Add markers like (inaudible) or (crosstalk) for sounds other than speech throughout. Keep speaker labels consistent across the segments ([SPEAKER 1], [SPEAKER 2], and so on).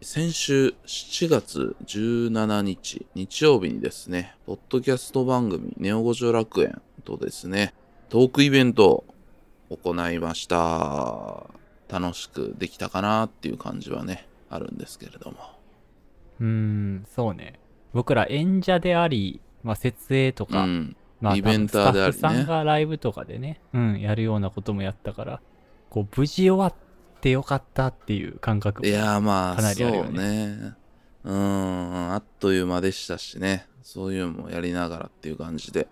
[SPEAKER 1] 先週7月17日日曜日にですね、ポッドキャスト番組ネオ五条楽園とですね、トークイベントを行いました。楽しくできたかなっていう感じはね、あるんですけれども。
[SPEAKER 2] うーん、そうね。僕ら演者であり、まあ、設営と
[SPEAKER 1] う
[SPEAKER 2] か、
[SPEAKER 1] ん。
[SPEAKER 2] まあ、
[SPEAKER 1] イベンターでありね
[SPEAKER 2] スタッフさんがライブとかでね、うん、やるようなこともやったから、こう、無事終わってよかったっていう感覚も
[SPEAKER 1] いやーまあ、
[SPEAKER 2] かなりある
[SPEAKER 1] そ
[SPEAKER 2] よ
[SPEAKER 1] う
[SPEAKER 2] ね
[SPEAKER 1] ね。うーん、あっという間でしたしね。そういうのもやりながらっていう感じで。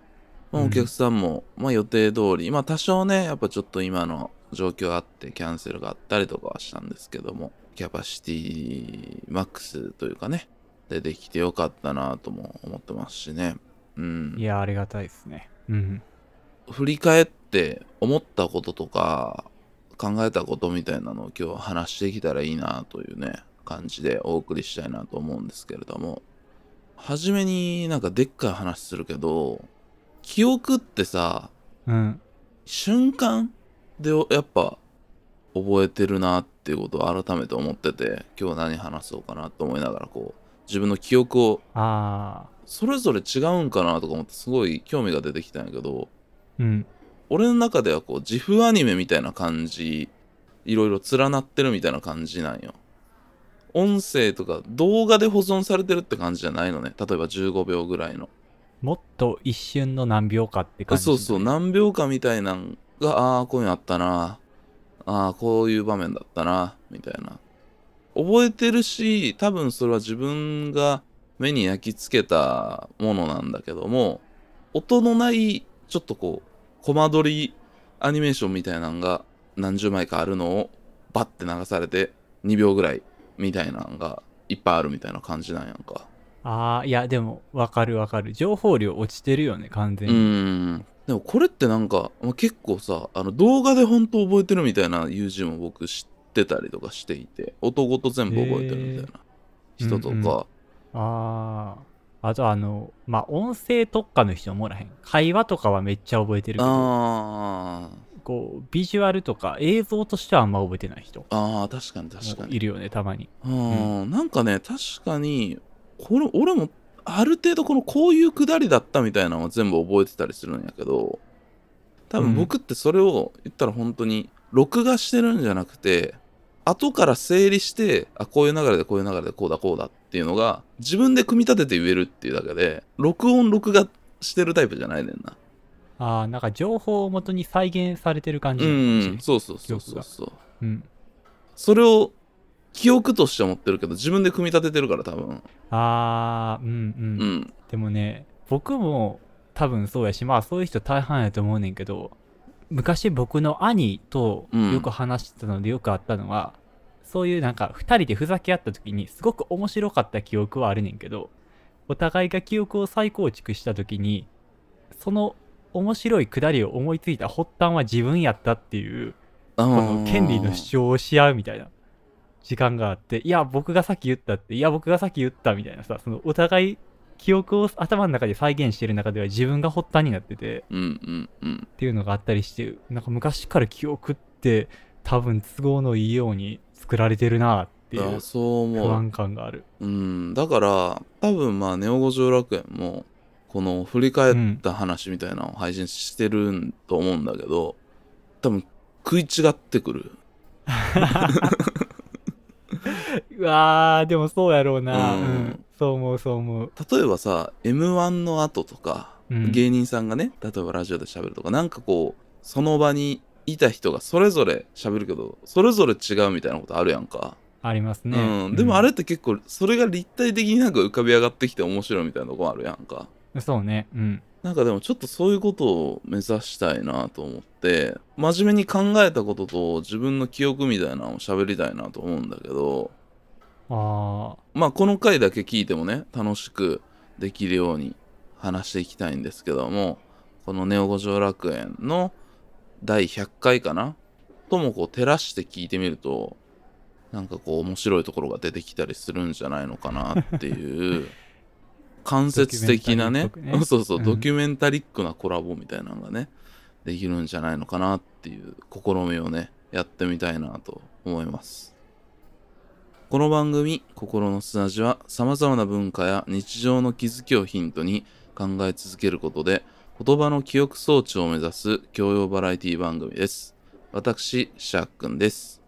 [SPEAKER 1] まあ、
[SPEAKER 2] うん
[SPEAKER 1] お客さんも、まあ予定通り、まあ多少ね、やっぱちょっと今の状況あってキャンセルがあったりとかはしたんですけども、キャパシティマックスというかね、でできてよかったなとも思ってますしね。うん。
[SPEAKER 2] いや、ありがたいですね。うん。
[SPEAKER 1] 振り返って思ったこととか考えたことみたいなのを今日話してきたらいいなというね感じでお送りしたいなと思うんですけれども初めになんかでっかい話するけど記憶ってさ
[SPEAKER 2] うん。
[SPEAKER 1] 瞬間でやっぱ覚えてるなっていうことを改めて思ってて今日何話そうかなと思いながらこう自分の記憶を
[SPEAKER 2] あ
[SPEAKER 1] それぞれ違うんかなとか思ってすごい興味が出てきたんやけど
[SPEAKER 2] ー、うん。
[SPEAKER 1] 俺の中ではこう自負アニメみたいな感じいろいろ連なってるみたいな感じなんよ音声とか動画で保存されてるって感じじゃないのね例えば15秒ぐらいの
[SPEAKER 2] もっと一瞬の何秒かって感じ。
[SPEAKER 1] そうそう。何秒間みたいなんがああーこういうのあったなああこういう場面だったなみたいな覚えてるし多分それは自分が目に焼き付けたものなんだけども音のないちょっとこうコマ撮りアニメーションみたいなのが何十枚かあるのをバッて流されて2秒ぐらいみたいなのがいっぱいあるみたいな感じなんやんか
[SPEAKER 2] あー、いや、でも、わかるわかる。情報量落ちてるよね、完全
[SPEAKER 1] う
[SPEAKER 2] に。
[SPEAKER 1] んでもこれってなんかまあ結構さあの動画で本当覚えてるみたいな友人も僕知ってたりとかしていて音ごと全部覚えてるみたいな
[SPEAKER 2] へー
[SPEAKER 1] 人と
[SPEAKER 2] うんうん
[SPEAKER 1] か、
[SPEAKER 2] ああ。あと、あの、まあ、音声特化の人もおらへん。会話とかはめっちゃ覚えてるけど、
[SPEAKER 1] あー
[SPEAKER 2] こう、ビジュアルとか映像としてはあんま覚えてない人も
[SPEAKER 1] あー確かに確かに
[SPEAKER 2] いるよね、たまに。
[SPEAKER 1] うんなんかね確かにこれ俺もある程度このこういうくだりだったみたいなのは全部覚えてたりするんやけど多分僕ってそれを言ったら本当に録画してるんじゃなくて後から整理してあこういう流れでこういう流れでこうだこうだっていうのが自分で組み立てて言えるっていうだけで録音録画してるタイプじゃないねんな
[SPEAKER 2] ああ、なんか情報をもとに再現されてる感じ
[SPEAKER 1] う
[SPEAKER 2] なのかもしれ
[SPEAKER 1] ん
[SPEAKER 2] ん
[SPEAKER 1] そうそうそうそうそう
[SPEAKER 2] うん。
[SPEAKER 1] それを記憶として持ってるけど自分で組み立ててるから多分
[SPEAKER 2] ああ、うんうん。
[SPEAKER 1] うん
[SPEAKER 2] でもね、僕も多分そうやし、まあそういう人大半やと思うねんけど、昔僕の兄と
[SPEAKER 1] うん
[SPEAKER 2] よく話してたのでよくあったのは、そういうなんか2人でふざけ合った時にすごく面白かった記憶はあるねんけど、お互いが記憶を再構築した時に、その面白いくだりを思いついた発端は自分やったっていう、
[SPEAKER 1] こ
[SPEAKER 2] この権利の主張をし合うみたいな時間があって、いや、僕がさっき言ったって、いや、僕がさっき言ったみたいなさ、そのお互い記憶を頭の中で再現してる中では自分が発端になってて
[SPEAKER 1] うんうんうん
[SPEAKER 2] っていうのがあったりして、なんか昔から記憶って多分都合のいいように作られてるなってい
[SPEAKER 1] あ
[SPEAKER 2] う
[SPEAKER 1] そう
[SPEAKER 2] 不
[SPEAKER 1] 思
[SPEAKER 2] 安感がある。
[SPEAKER 1] う、うん、だから多分まあネオ五条楽園もこの振り返った話みたいなのを配信してるんと思うんだけど多分食い違ってくる
[SPEAKER 2] うわー、でもそうやろうな。
[SPEAKER 1] う
[SPEAKER 2] うんん、そう思う、そう思う。
[SPEAKER 1] 例えばさ m 1の後とか、
[SPEAKER 2] うん
[SPEAKER 1] 芸人さんがね例えばラジオで喋るとかなんかこうその場にいた人がそれぞれ喋るけどそれぞれ違うみたいなことあるやんか、
[SPEAKER 2] ありますね。
[SPEAKER 1] うん、でもあれって結構それが立体的になんか浮かび上がってきて面白いみたいなとこあるやんか
[SPEAKER 2] うんそうね。うん。
[SPEAKER 1] なんかでもちょっとそういうことを目指したいなと思って真面目に考えたことと自分の記憶みたいなのを喋りたいなと思うんだけど
[SPEAKER 2] あ
[SPEAKER 1] まあこの回だけ聞いてもね楽しくできるように話していきたいんですけどもこの「ネオ五条楽園」の第100回かなともこう照らして聞いてみるとなんかこう面白いところが出てきたりするんじゃないのかなっていう
[SPEAKER 2] (laughs)
[SPEAKER 1] 間接的なね
[SPEAKER 2] ドキュメンタリーっぽくね
[SPEAKER 1] そうそう、
[SPEAKER 2] うん
[SPEAKER 1] ドキュメンタリックなコラボみたいなのがねできるんじゃないのかなっていう試みをねやってみたいなと思います。
[SPEAKER 2] ー
[SPEAKER 1] この番組「心の砂地」はさまざまな文化や日常の気づきをヒントに考え続けることで言葉の記憶装置を目指す教養バラエティ番組です私シャークンです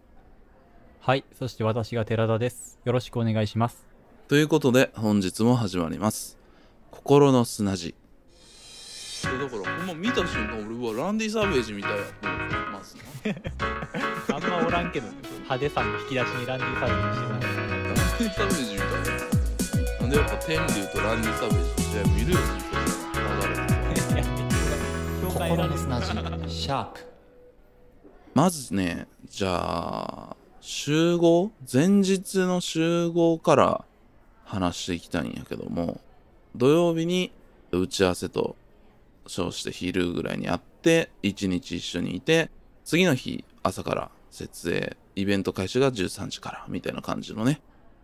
[SPEAKER 2] はい、そして私が寺田です。よろしくお願いします。
[SPEAKER 1] ということで本日も始まります「心の砂地」だからほんま見た瞬間俺はランディ・サーベージみたいやと思ってますな
[SPEAKER 2] あんまおらんけど、派手さの引き出しにランディサービしてない。
[SPEAKER 1] ランディ・サベージみたいななんでやっぱ天竜とランディ・サベージって見るように流れて
[SPEAKER 3] 心の砂地シャーク
[SPEAKER 1] まずね、じゃあ、集合前日の集合から話していきたいんやけども、土曜日に打ち合わせと称して昼ぐらいに会って、一日一緒にいて、次の日朝から設営、イベント開始が13時からみたいな感じのね、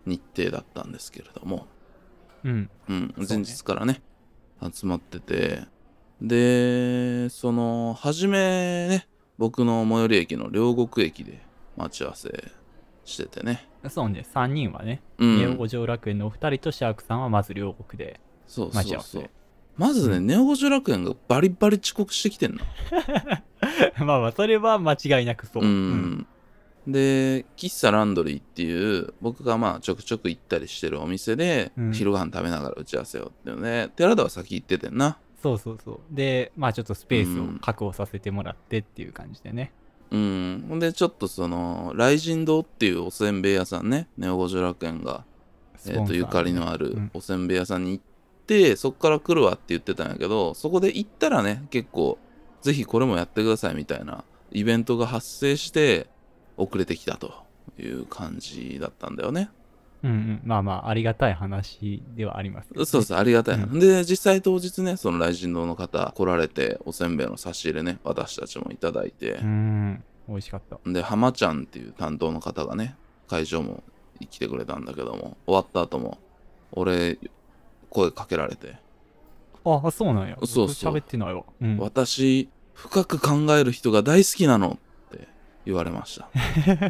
[SPEAKER 1] 日程だったんですけれども、
[SPEAKER 2] うん。
[SPEAKER 1] うん、
[SPEAKER 2] うね
[SPEAKER 1] 前日からね集まっててでその初めね僕の最寄り駅の両国駅で待ち合わせしててね
[SPEAKER 2] そうね、3人はね、
[SPEAKER 1] う
[SPEAKER 2] ネオ
[SPEAKER 1] ん
[SPEAKER 2] 五条楽園のお二人とシャークさんはまず両国で。 (laughs)
[SPEAKER 1] そう
[SPEAKER 2] 待ち
[SPEAKER 1] そ
[SPEAKER 2] 合
[SPEAKER 1] う
[SPEAKER 2] わ
[SPEAKER 1] そう
[SPEAKER 2] せ
[SPEAKER 1] まずね、ネオ五条楽園がバリバリ遅刻してきてんな
[SPEAKER 2] まあまあ、それは間違いなくそう。
[SPEAKER 1] うん、で喫茶ランドリーっていう僕がまあちょくちょく行ったりしてるお店で、
[SPEAKER 2] うん
[SPEAKER 1] 昼ご飯食べながら打ち合わせをっていうので寺田は先行っててんな
[SPEAKER 2] そうそうそう。で、まあちょっとスペースを確保させてもらってっていう感じでね。
[SPEAKER 1] うん。ほんで、ちょっとその、雷神堂っていうおせんべい屋さんね、ネオ五条楽園が、え
[SPEAKER 2] スポ
[SPEAKER 1] ー
[SPEAKER 2] ンサ
[SPEAKER 1] と、
[SPEAKER 2] ー
[SPEAKER 1] ゆかりのあ
[SPEAKER 2] う
[SPEAKER 1] る
[SPEAKER 2] ん
[SPEAKER 1] おせんべい屋さんに行って、そっから来るわって言ってたんやけど、そこで行ったらね、結構、ぜひこれもやってくださいみたいな、イベントが発生して、遅れてきたという感じだったんだよね。
[SPEAKER 2] うんうん。まあまあ、ありがたい話ではありますけどね。
[SPEAKER 1] そうそう、ありがたいな。
[SPEAKER 2] う
[SPEAKER 1] で、実際当日ね、その雷神堂の方来られて、おせんべいの差し入れね、私たちもいただいて、
[SPEAKER 2] うん。美味しかった。
[SPEAKER 1] で、浜ちゃんっていう担当の方がね、会場も来てくれたんだけども、終わった後も、俺、声かけられて、
[SPEAKER 2] ああ、そうなんや。
[SPEAKER 1] そうそう
[SPEAKER 2] 僕喋ってないわ。うん。
[SPEAKER 1] 私、深く考える人が大好きなのって言われま (laughs) した。
[SPEAKER 2] (laughs)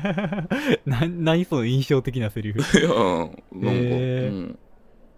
[SPEAKER 2] な (laughs) 何その印象的なセリフ
[SPEAKER 1] いや、なんか、
[SPEAKER 2] へー
[SPEAKER 1] うん。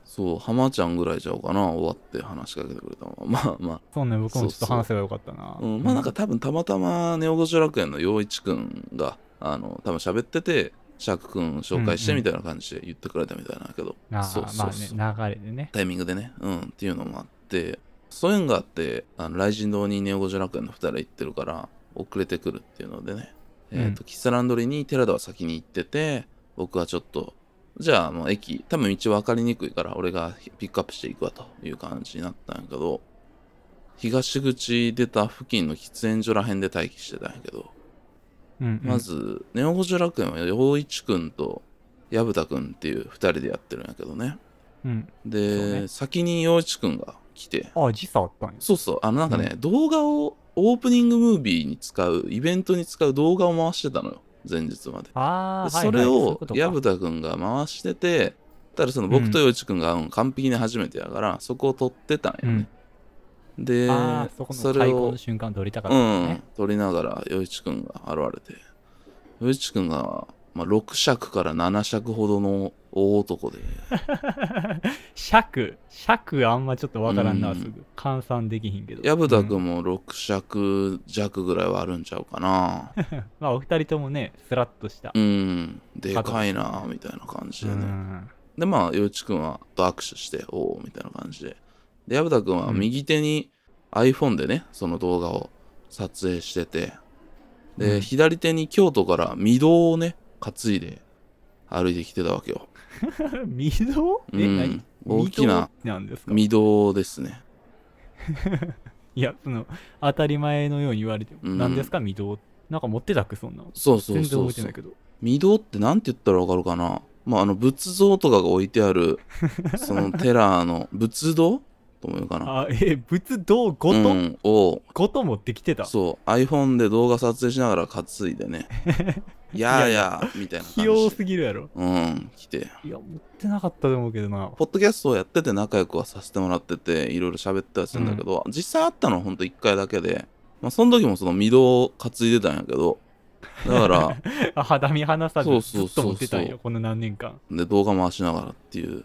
[SPEAKER 1] そう、浜ちゃんぐらいちゃうかな、終わって話しかけてくれたのは。まあまあ、
[SPEAKER 2] そうね僕もちょっと話せばよかったな
[SPEAKER 1] うん、まあなんか多分たまたまネオ五条楽園の陽一くんが、あの、多分喋ってて、シャークくん紹介してみたいな感じで言ってくれたみたいなんだけど、
[SPEAKER 2] あー
[SPEAKER 1] そうそうそう。
[SPEAKER 2] まあね流れでね
[SPEAKER 1] タイミングでね、うん、っていうのもあって、そういうのがあって、あの雷神堂にネオ五条楽園の2人行ってるから、遅れてくるっていうのでね、
[SPEAKER 2] うん
[SPEAKER 1] えっ、と、喫茶ランドリーに寺田は先に行ってて、僕はちょっと、じゃあもう駅、多分道分かりにくいから、俺がピックアップしていくわという感じになったんやけど、東口出た付近の喫煙所ら辺で待機してたんやけど、
[SPEAKER 2] うんうん
[SPEAKER 1] まず、ネオ五条楽園は陽一くんと薮田くんっていう2人でやってるんやけどね。
[SPEAKER 2] うんそう
[SPEAKER 1] で、
[SPEAKER 2] ね
[SPEAKER 1] 先に陽一くんが来て、
[SPEAKER 2] あ時差あったんや
[SPEAKER 1] そうそう、あのなんかね、動画をオープニングムービーに使う、イベントに使う動画を回してたのよ、前日まで。
[SPEAKER 2] あ
[SPEAKER 1] で
[SPEAKER 2] あ
[SPEAKER 1] それを薮
[SPEAKER 2] ぶ
[SPEAKER 1] 田くんが回してて、ただその僕と陽一くんが会うの完璧に初めてやから、そこを撮ってたん
[SPEAKER 2] う
[SPEAKER 1] よ
[SPEAKER 2] ん
[SPEAKER 1] ね。で
[SPEAKER 2] あーそ、こ
[SPEAKER 1] そ
[SPEAKER 2] の
[SPEAKER 1] れ
[SPEAKER 2] 開口
[SPEAKER 1] を
[SPEAKER 2] の、瞬間撮りたかっ
[SPEAKER 1] う
[SPEAKER 2] たんだ
[SPEAKER 1] ん
[SPEAKER 2] ね、
[SPEAKER 1] 撮りながら陽一くんが現れて、陽一くんが、まあ、6尺から7尺ほどの大男で、
[SPEAKER 2] 尺尺あんまちょっとわからんな
[SPEAKER 1] うん
[SPEAKER 2] すぐ換算できひんけど
[SPEAKER 1] 薮田
[SPEAKER 2] う
[SPEAKER 1] 君
[SPEAKER 2] ん
[SPEAKER 1] も6尺弱ぐらいはあるんちゃうか
[SPEAKER 2] (laughs)
[SPEAKER 1] な
[SPEAKER 2] まあお二人ともねスラッとした
[SPEAKER 1] うんでかいなみたいな感じで
[SPEAKER 2] う
[SPEAKER 1] ね
[SPEAKER 2] ん (laughs)
[SPEAKER 1] でまあ陽一君はと握手しておおみたいな感じでで薮田君は
[SPEAKER 2] うん
[SPEAKER 1] 右手に iPhone でねその動画を撮影しててで、
[SPEAKER 2] うん
[SPEAKER 1] 左手に京都から御堂をね担いで歩いてきてたわけよ
[SPEAKER 2] 水道
[SPEAKER 1] う
[SPEAKER 2] え
[SPEAKER 1] ん
[SPEAKER 2] 何
[SPEAKER 1] 大きな
[SPEAKER 2] 水道なんですか
[SPEAKER 1] 御堂ですね
[SPEAKER 2] いや、その、当たり前のように言われても、
[SPEAKER 1] うん
[SPEAKER 2] 何ですか、未動。なんか持ってたっけ、そんなの。
[SPEAKER 1] そうそ
[SPEAKER 2] 全
[SPEAKER 1] う
[SPEAKER 2] 然
[SPEAKER 1] そ
[SPEAKER 2] 覚
[SPEAKER 1] う
[SPEAKER 2] えて
[SPEAKER 1] そ
[SPEAKER 2] な
[SPEAKER 1] う
[SPEAKER 2] いけど。
[SPEAKER 1] 御堂ってなんて言ったらわかるかなまあ、あの仏像とかが置いてあ
[SPEAKER 2] (laughs)
[SPEAKER 1] るそのテラーの仏堂とも言うかな
[SPEAKER 2] あ、え、仏道ご
[SPEAKER 1] う
[SPEAKER 2] と
[SPEAKER 1] ん、を
[SPEAKER 2] ごと持ってきてた。
[SPEAKER 1] そう iPhone で動画撮影しながら担いで
[SPEAKER 2] (laughs)
[SPEAKER 1] ねやーやーみたいな
[SPEAKER 2] 器
[SPEAKER 1] 感
[SPEAKER 2] 用
[SPEAKER 1] じ
[SPEAKER 2] す
[SPEAKER 1] で
[SPEAKER 2] ぎるやろ。
[SPEAKER 1] うん来て
[SPEAKER 2] いや、持ってなかったと思うけどな。
[SPEAKER 1] ポッドキャストをやってて仲良くはさせてもらってていろいろ喋ったりするんだけど、実際会ったのはほんと1回だけで、まあ、その時もその御堂を担いでたんやけどだ
[SPEAKER 2] (laughs)
[SPEAKER 1] から、
[SPEAKER 2] あ肌身離さず
[SPEAKER 1] そう
[SPEAKER 2] ず
[SPEAKER 1] そうそうそう
[SPEAKER 2] っと持ってたんよこの何年間
[SPEAKER 1] で、動画回しながらっていう、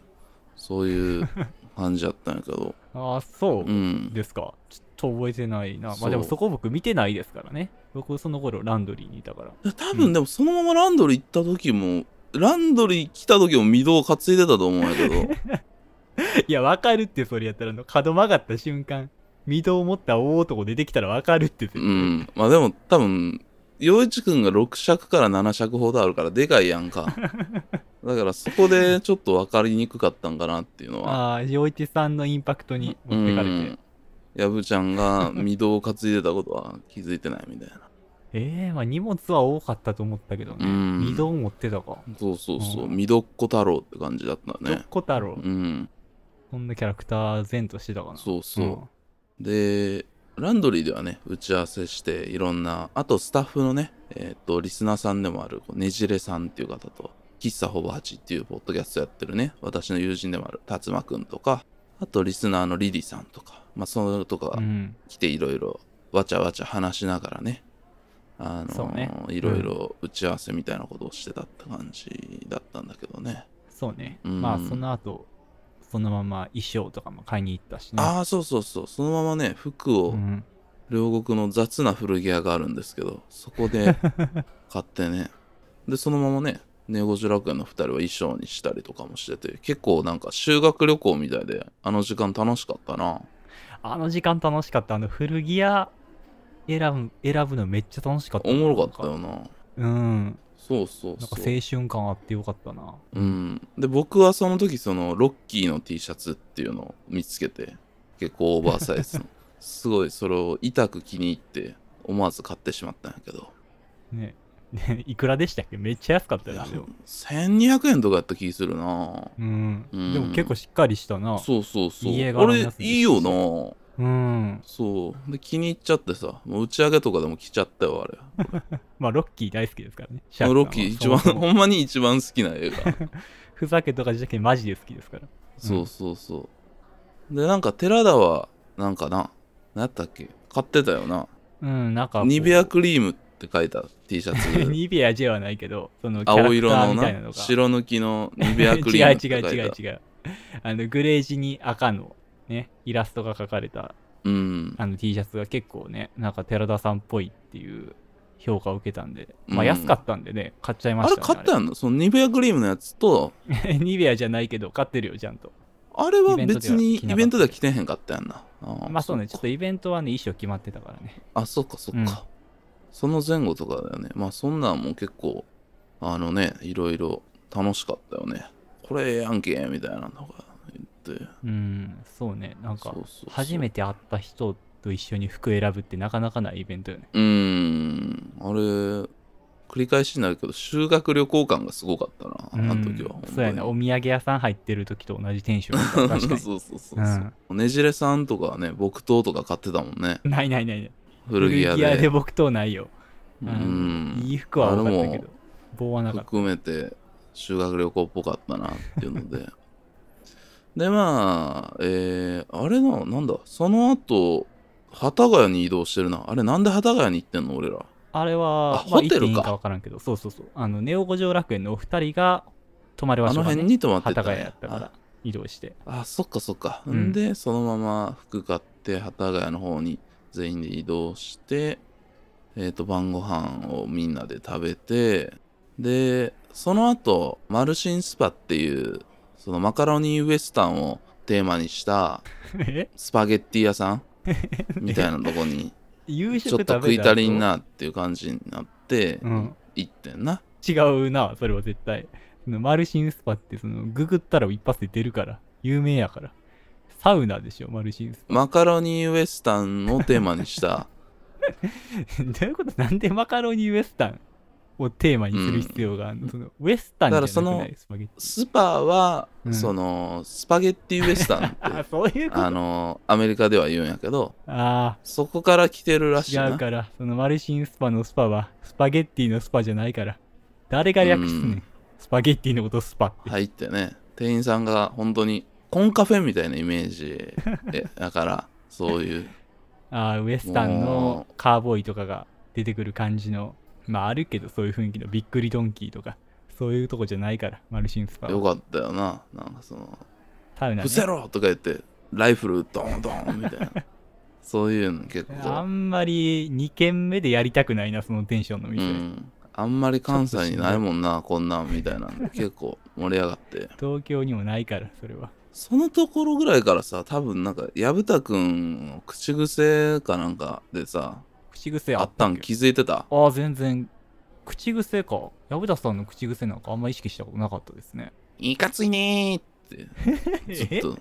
[SPEAKER 1] そういう感じやったんやけど、。
[SPEAKER 2] ああそううんですか、ちょっと覚えてないなま
[SPEAKER 1] そ
[SPEAKER 2] あ
[SPEAKER 1] う
[SPEAKER 2] でもそこ僕見てないですからね僕その頃ランドリーにいたから
[SPEAKER 1] い
[SPEAKER 2] (laughs)
[SPEAKER 1] や多分でもそのままランドリー行った時も、ランドリー来た時も御堂担いでたと思うんやけ
[SPEAKER 2] (laughs)
[SPEAKER 1] ど、
[SPEAKER 2] いやわかるってそれやったらあの角曲がった瞬間御堂を持った大男出てきたらわかるって絶
[SPEAKER 1] う
[SPEAKER 2] 対
[SPEAKER 1] ん。まあでも多分、陽一くんが6尺から7尺ほどあるからでかいやん
[SPEAKER 2] (laughs)
[SPEAKER 1] か。だからそこでちょっと分かりにくかったんかなっていうのは。
[SPEAKER 2] ああ陽一さんのインパクトに
[SPEAKER 1] う
[SPEAKER 2] 持ってかれて、
[SPEAKER 1] ん。やぶちゃんが御堂を担いでたことは気づいてないみたいな。
[SPEAKER 2] ええまあ荷物は多かったと思ったけどね
[SPEAKER 1] うん
[SPEAKER 2] 御堂持ってたか
[SPEAKER 1] そうそうそう。
[SPEAKER 2] うん
[SPEAKER 1] みどっこ太郎って感じだった
[SPEAKER 2] どっ
[SPEAKER 1] ね。
[SPEAKER 2] こ太郎
[SPEAKER 1] うん。
[SPEAKER 2] そんなキャラクター前としてたかな
[SPEAKER 1] そうそう。で、ランドリーではね、打ち合わせして、いろんな、あとスタッフのね、えっ、と、リスナーさんでもある、こうねじれさんっていう方と、喫茶ほぼ8っていうポッドキャストやってるね、私の友人でもある、達馬くんとか、あとリスナーのリリさんとか、まあ、そのとか
[SPEAKER 2] うん、うん
[SPEAKER 1] 来ていろいろ、わちゃわちゃ話しながらね、あの
[SPEAKER 2] そうね
[SPEAKER 1] ーいろいろ打ち合わせみたいなことをしてたって感じだったんだけどね。
[SPEAKER 2] そうね、
[SPEAKER 1] うん
[SPEAKER 2] まあその後そのまま衣装とかも買いに行ったしね
[SPEAKER 1] ああ、そうそうそう、そのままね、服を、
[SPEAKER 2] うん、
[SPEAKER 1] 両国の雑な古着屋があるんですけどそこ
[SPEAKER 2] (laughs)
[SPEAKER 1] で買ってねでそのままねネゴジュ楽園の2人は衣装にしたりとかもしてて結構なんか修学旅行みたいであの時間楽しかったな
[SPEAKER 2] あの時間楽しかったあの古着屋選ぶ選ぶのめっちゃ楽しかった
[SPEAKER 1] おもろかったよな
[SPEAKER 2] うん
[SPEAKER 1] そうそう
[SPEAKER 2] なんか
[SPEAKER 1] そう
[SPEAKER 2] 青春感あってよかったな
[SPEAKER 1] うんで僕はその時そのロッキーの T シャツっていうのを見つけて結構オーバーサイズ
[SPEAKER 2] (laughs)
[SPEAKER 1] のすごいそれを痛く気に入って思わず買ってしまったんやけど
[SPEAKER 2] ねねいくらで (laughs) したっけめっちゃ安かった
[SPEAKER 1] い
[SPEAKER 2] よ
[SPEAKER 1] や
[SPEAKER 2] ねでも
[SPEAKER 1] 1200円とかやった気するな
[SPEAKER 2] うん、
[SPEAKER 1] うん
[SPEAKER 2] でも結構しっかりしたな
[SPEAKER 1] そうそうそう。
[SPEAKER 2] 家
[SPEAKER 1] あ
[SPEAKER 2] 柄の
[SPEAKER 1] れ
[SPEAKER 2] やつ、で
[SPEAKER 1] いいよな
[SPEAKER 2] うん
[SPEAKER 1] そう。で、気に入っちゃってさ、もう打ち上げとかでも来ちゃったよ、あれ。
[SPEAKER 2] まあロッキー大好きですからねシャ
[SPEAKER 1] も
[SPEAKER 2] ー
[SPEAKER 1] うロ
[SPEAKER 2] クさんは
[SPEAKER 1] ッキー一
[SPEAKER 2] そ
[SPEAKER 1] 番、
[SPEAKER 2] もそも
[SPEAKER 1] ほんまに一番好きな映画。
[SPEAKER 2] ふざけとかじゃなくてマジで好きですから
[SPEAKER 1] そうそうそう。で、なんか、寺田は、なんかな、何やったっけ買ってたよな。
[SPEAKER 2] うんなんかこう
[SPEAKER 1] ニベアクリームって書いた T シャツ。
[SPEAKER 2] (laughs) ニベアじゃはないけどそのキャラ
[SPEAKER 1] 青
[SPEAKER 2] ク
[SPEAKER 1] 色
[SPEAKER 2] ター
[SPEAKER 1] の
[SPEAKER 2] みたいな
[SPEAKER 1] な
[SPEAKER 2] のが
[SPEAKER 1] 白抜きのニベアクリームって書
[SPEAKER 2] 違
[SPEAKER 1] いうた。
[SPEAKER 2] (laughs) 違う違う違うあのグレージに赤のねイラストが描かれた
[SPEAKER 1] うん。
[SPEAKER 2] あの T シャツが結構ねなんか寺田さんっぽいっていう評価を受けたんで、ま
[SPEAKER 1] う
[SPEAKER 2] あ、
[SPEAKER 1] ん
[SPEAKER 2] 安かったんでね、買っちゃいま
[SPEAKER 1] あ
[SPEAKER 2] し
[SPEAKER 1] れ
[SPEAKER 2] た、ね、
[SPEAKER 1] 買ったのそのニベアクリームのやつと、
[SPEAKER 2] あれ (laughs) ニベアじゃないけど買ってるよちゃんと
[SPEAKER 1] あれは
[SPEAKER 2] イベントでは
[SPEAKER 1] 別に
[SPEAKER 2] 着なかった
[SPEAKER 1] イベントでは着てへんかったやんな。ー
[SPEAKER 2] まあそうねち
[SPEAKER 1] そ
[SPEAKER 2] ょ
[SPEAKER 1] っか
[SPEAKER 2] っとイベントはね衣装決まってたからね
[SPEAKER 1] あ、そっかそっか。
[SPEAKER 2] うん
[SPEAKER 1] その前後とかだよね。まあそんなんも結構、あのね、いろいろ楽しかったよね。これええやんけ、みたいなのが言って。
[SPEAKER 2] うんそうねなんか
[SPEAKER 1] そうそうそう
[SPEAKER 2] 初めて会った人と一緒に服選ぶってなかなかないイベントよね
[SPEAKER 1] うーん、あれ、繰り返しになるけど、修学旅行感がすごかったな、あの時は。
[SPEAKER 2] うんそうやなお
[SPEAKER 1] 本
[SPEAKER 2] 土産屋さん入ってる時と同じテンション
[SPEAKER 1] 当
[SPEAKER 2] だっ
[SPEAKER 1] (laughs)
[SPEAKER 2] た確かに
[SPEAKER 1] そうそうそうそう、ねじれさんとかはね、木刀とか買ってたもんね。
[SPEAKER 2] ないないないない
[SPEAKER 1] 古着屋で。
[SPEAKER 2] で僕とないよ
[SPEAKER 1] う
[SPEAKER 2] うん
[SPEAKER 1] ん。
[SPEAKER 2] いい服は多かった
[SPEAKER 1] あ
[SPEAKER 2] け
[SPEAKER 1] れ
[SPEAKER 2] ど
[SPEAKER 1] も、
[SPEAKER 2] 棒はなかった。
[SPEAKER 1] 含めて修学旅行っぽかったなっていうので (laughs) でまあえー、あれななんだその後幡ヶ谷に移動してるなあれなんで幡ヶ谷に行ってんの俺ら
[SPEAKER 2] あれは、
[SPEAKER 1] あ
[SPEAKER 2] ま
[SPEAKER 1] ホ
[SPEAKER 2] あ
[SPEAKER 1] テルか
[SPEAKER 2] 行っていいか分からんけど、そうそうそう。あの、ネオ五条楽園のお二人が泊まる場
[SPEAKER 1] あ
[SPEAKER 2] 所
[SPEAKER 1] の
[SPEAKER 2] が、ね、
[SPEAKER 1] 辺に泊まって
[SPEAKER 2] 幡ヶ
[SPEAKER 1] た
[SPEAKER 2] 谷やったから
[SPEAKER 1] あ、
[SPEAKER 2] 移動して。 (laughs)
[SPEAKER 1] あそっかそっか、
[SPEAKER 2] うん
[SPEAKER 1] ん、でそのまま服買って幡ヶ谷の方に全員で移動してえっ、と晩ご飯をみんなで食べてでその後マルシンスパっていうそのマカロニウエスタンをテーマにした
[SPEAKER 2] え
[SPEAKER 1] スパゲッティ屋さ
[SPEAKER 2] (laughs)
[SPEAKER 1] んみたいなとこに、
[SPEAKER 2] 夕
[SPEAKER 1] ち
[SPEAKER 2] 食
[SPEAKER 1] ょっ
[SPEAKER 2] 食べ
[SPEAKER 1] と
[SPEAKER 2] た
[SPEAKER 1] 食い足りん
[SPEAKER 2] 後。
[SPEAKER 1] なっていう感じになって、
[SPEAKER 2] うん。
[SPEAKER 1] 行ってんな。
[SPEAKER 2] 違うな、それは絶対。そのマルシンスパって、その、ググったら一発で出るから、有名やから。サウナでしょ、マルシンスパ。 (laughs)
[SPEAKER 1] マカロニウエスタンをテーマにした、
[SPEAKER 2] どういうことなんでマカロニウエスタンをテーマにする必要があるの、その、ウエスタンじゃなく
[SPEAKER 1] だ
[SPEAKER 2] な
[SPEAKER 1] からそ
[SPEAKER 2] いスパゲッティ。
[SPEAKER 1] スパは、
[SPEAKER 2] うん
[SPEAKER 1] その、スパゲッティウエスタンって、
[SPEAKER 2] (laughs) あ、そういうこと
[SPEAKER 1] あの、アメリカでは言うんやけど、
[SPEAKER 2] ああ。
[SPEAKER 1] そこから来てるらしい
[SPEAKER 2] 違う
[SPEAKER 1] な。
[SPEAKER 2] から、そのマルシンスパのスパは、スパゲッティのスパじゃないから。誰が略すねん。
[SPEAKER 1] うん
[SPEAKER 2] スパゲッティのことスパって。
[SPEAKER 1] 入ってね、店員さんが本当に、コンカフェみたいなイメージで、だから、
[SPEAKER 2] (laughs)
[SPEAKER 1] そういう、
[SPEAKER 2] ああ、ウエスタンの
[SPEAKER 1] も
[SPEAKER 2] カーボーイとかが出てくる感じのまああるけどそういう雰囲気のびっくりドンキーとかそういうとこじゃないからマルシンスパは
[SPEAKER 1] よかったよな。なんかその、
[SPEAKER 2] サウナ、ね
[SPEAKER 1] 伏、せろとか言って、ライフルドンドンみたい
[SPEAKER 2] (laughs)
[SPEAKER 1] な。そういうの結
[SPEAKER 2] あ
[SPEAKER 1] 構、
[SPEAKER 2] んまり2軒目でやりたくないなそのテンションの
[SPEAKER 1] う
[SPEAKER 2] 店、
[SPEAKER 1] ん。あんまり関西にないもんな、こんなんみたいなんで、結構盛り上がって。
[SPEAKER 2] 東京にもないからそれは
[SPEAKER 1] そのところぐらいからさ、多分なんか、薮田くんの口癖かなんかでさ、
[SPEAKER 2] 口癖
[SPEAKER 1] あったん
[SPEAKER 2] け
[SPEAKER 1] 気づいてた
[SPEAKER 2] ああ全然口癖か薮田さんの口癖なんかあんま意識したことなかったですね
[SPEAKER 1] いかついねーずっと。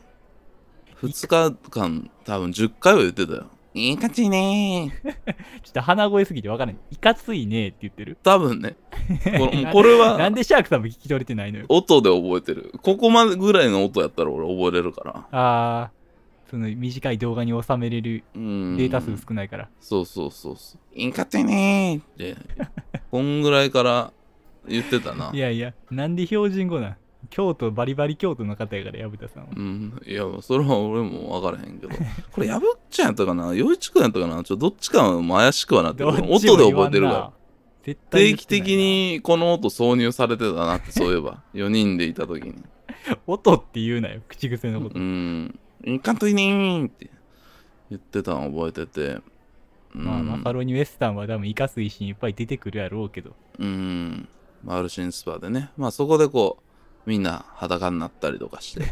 [SPEAKER 1] 2日間、多分10回は言ってたよ。いかついねー
[SPEAKER 2] ちょっと鼻声すぎて分からない。いかついねえって言ってる。
[SPEAKER 1] 多分ね。こ
[SPEAKER 2] (laughs)
[SPEAKER 1] れもうこれは。
[SPEAKER 2] なんでシャークさんも聞き取れてないのよ。
[SPEAKER 1] 音で覚えてるここまでぐらいの音やったら俺覚えれるから
[SPEAKER 2] あー、その短い動画に収めれる
[SPEAKER 1] うん
[SPEAKER 2] データ数少ないから。
[SPEAKER 1] そうそうそうそうインカってねーってこんぐらいから言ってたない
[SPEAKER 2] やいや、なんで標準語なん京都、バリバリ京都の方やから、薮田さんは。
[SPEAKER 1] うん、いやそれは俺も分からへんけど (laughs) これやぶっちゃんやったかな陽一くんやったかなちょっとどっちかはもう怪しくはなってる
[SPEAKER 2] どっちも
[SPEAKER 1] 音で覚えてる
[SPEAKER 2] 言わん
[SPEAKER 1] から
[SPEAKER 2] な。絶対
[SPEAKER 1] 定
[SPEAKER 2] 言っ
[SPEAKER 1] 期
[SPEAKER 2] てないな
[SPEAKER 1] 的。にこの音挿入されてたなってそういえ
[SPEAKER 2] (laughs)
[SPEAKER 1] ば4人でいた時に
[SPEAKER 2] 音って言うなよ、口癖のこと。
[SPEAKER 1] うん「インカントイニーン!」って言ってたの覚えててうん
[SPEAKER 2] まあ、マカロニウエスタンは多分イカスいしにいっぱい出てくるやろうけど。
[SPEAKER 1] うん、マルシンスパでね、まあそこでこう、みんな裸になったりとかして、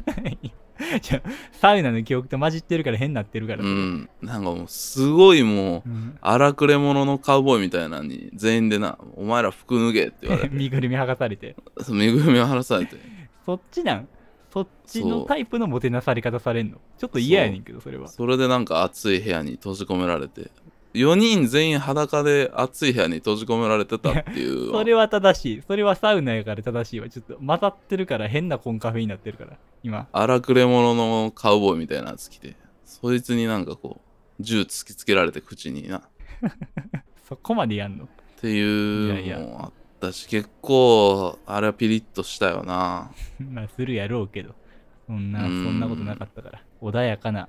[SPEAKER 2] (laughs) じゃあサウナの記憶と混じってるから変になってるから。
[SPEAKER 1] うん、なんかもうすごいもう、
[SPEAKER 2] うん
[SPEAKER 1] 荒くれ者のカウボーイみたいなのに全員でな、お前ら服脱げって言わ
[SPEAKER 2] (laughs)
[SPEAKER 1] れて、
[SPEAKER 2] (laughs) 身ぐるみ剥がされて。
[SPEAKER 1] 身ぐるみを晴らされて、
[SPEAKER 2] (laughs) そっちなんそっち
[SPEAKER 1] そ
[SPEAKER 2] の
[SPEAKER 1] う
[SPEAKER 2] タイプのもてなされ方されんのちょっと嫌やねんけどそれは
[SPEAKER 1] それでなんか暑い部屋に閉じ込められて、4人全員裸で暑い部屋に閉じ込められてたっていう。
[SPEAKER 2] それは正しいそれはサウナやから正しいわちょっと混ざってるから変なコンカフェになってるから今
[SPEAKER 1] 荒くれ者のカウボーイみたいなやつ来て、そいつになんかこう、銃突きつけられて口にな。
[SPEAKER 2] そこまでやんの (laughs)
[SPEAKER 1] ってい
[SPEAKER 2] いうや
[SPEAKER 1] の
[SPEAKER 2] い
[SPEAKER 1] もあったし結構あれはピリッとしたよな
[SPEAKER 2] まあするやろうけどそんな
[SPEAKER 1] う
[SPEAKER 2] そ
[SPEAKER 1] ん
[SPEAKER 2] んなことなかったから穏やかな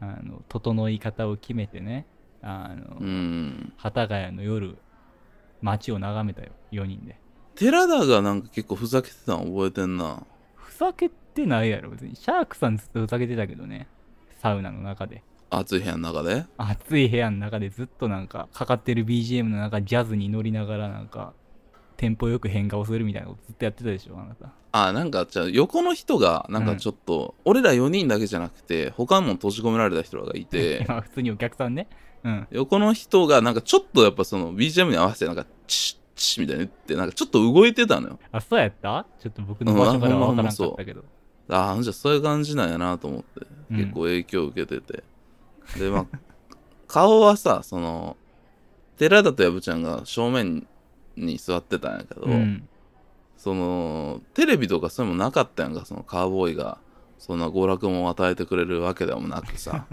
[SPEAKER 2] あの整い方を決めてねあの、
[SPEAKER 1] うん
[SPEAKER 2] 幡ヶ谷の夜街を眺めたよ4人で
[SPEAKER 1] 寺田がなんか結構ふざけてたの覚えてんな
[SPEAKER 2] ふざけてないやろ別にシャークさんずっとふざけてたけどねサウナの中で
[SPEAKER 1] 暑い部屋の中で
[SPEAKER 2] 暑い部屋の中でずっとなんかかかってる BGM の中ジャズに乗りながらなんかテンポよく変化をするみたいなことずっとやってたでしょあなた
[SPEAKER 1] あなんかじゃあ横の人がなんかちょっと、俺ら4人だけじゃなくて他も閉じ込められた人らがい
[SPEAKER 2] (laughs)
[SPEAKER 1] て
[SPEAKER 2] 今普通にお客さんねうん
[SPEAKER 1] 横の人がなんかちょっとやっぱその BGM に合わせてなんかチッチッみたいに言ってなんかちょっと動いてたのよ
[SPEAKER 2] あそうやったちょっと僕の場所からは
[SPEAKER 1] うんあほ
[SPEAKER 2] 分
[SPEAKER 1] んまほん
[SPEAKER 2] から
[SPEAKER 1] ま
[SPEAKER 2] ん
[SPEAKER 1] そ
[SPEAKER 2] か
[SPEAKER 1] う
[SPEAKER 2] ったけど、
[SPEAKER 1] ああじゃあそういう感じなんやなと思って
[SPEAKER 2] うん
[SPEAKER 1] 結構影響を受けてて、でまあ (laughs) 顔はさその寺田と薮ちゃんが正面に座ってたんやけど、
[SPEAKER 2] うん
[SPEAKER 1] そのテレビとかそういうのもなかったやんかそのカウボーイがそんな娯楽も与えてくれるわけでもなく
[SPEAKER 2] (laughs)
[SPEAKER 1] さ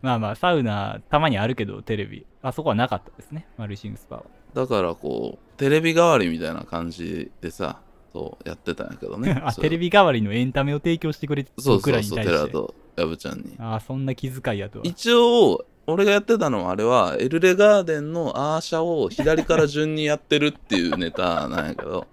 [SPEAKER 2] まあまあサウナたまにあるけどテレビあそこはなかったですねマルシングスパは
[SPEAKER 1] だからこうテレビ代わりみたいな感じでさそうやってたんやけどね
[SPEAKER 2] (laughs) あ
[SPEAKER 1] そう
[SPEAKER 2] テレビ代わりのエンタメを提供してくれて
[SPEAKER 1] そうそ
[SPEAKER 2] 僕ら
[SPEAKER 1] う
[SPEAKER 2] に
[SPEAKER 1] そう
[SPEAKER 2] 対
[SPEAKER 1] 寺
[SPEAKER 2] し
[SPEAKER 1] 田
[SPEAKER 2] て
[SPEAKER 1] と薮ちゃんに
[SPEAKER 2] あそんな気遣いやとは
[SPEAKER 1] 一応俺がやってたのはあれはエルレガーデンのアーシャを左から順にやってるっていうネタなんやけど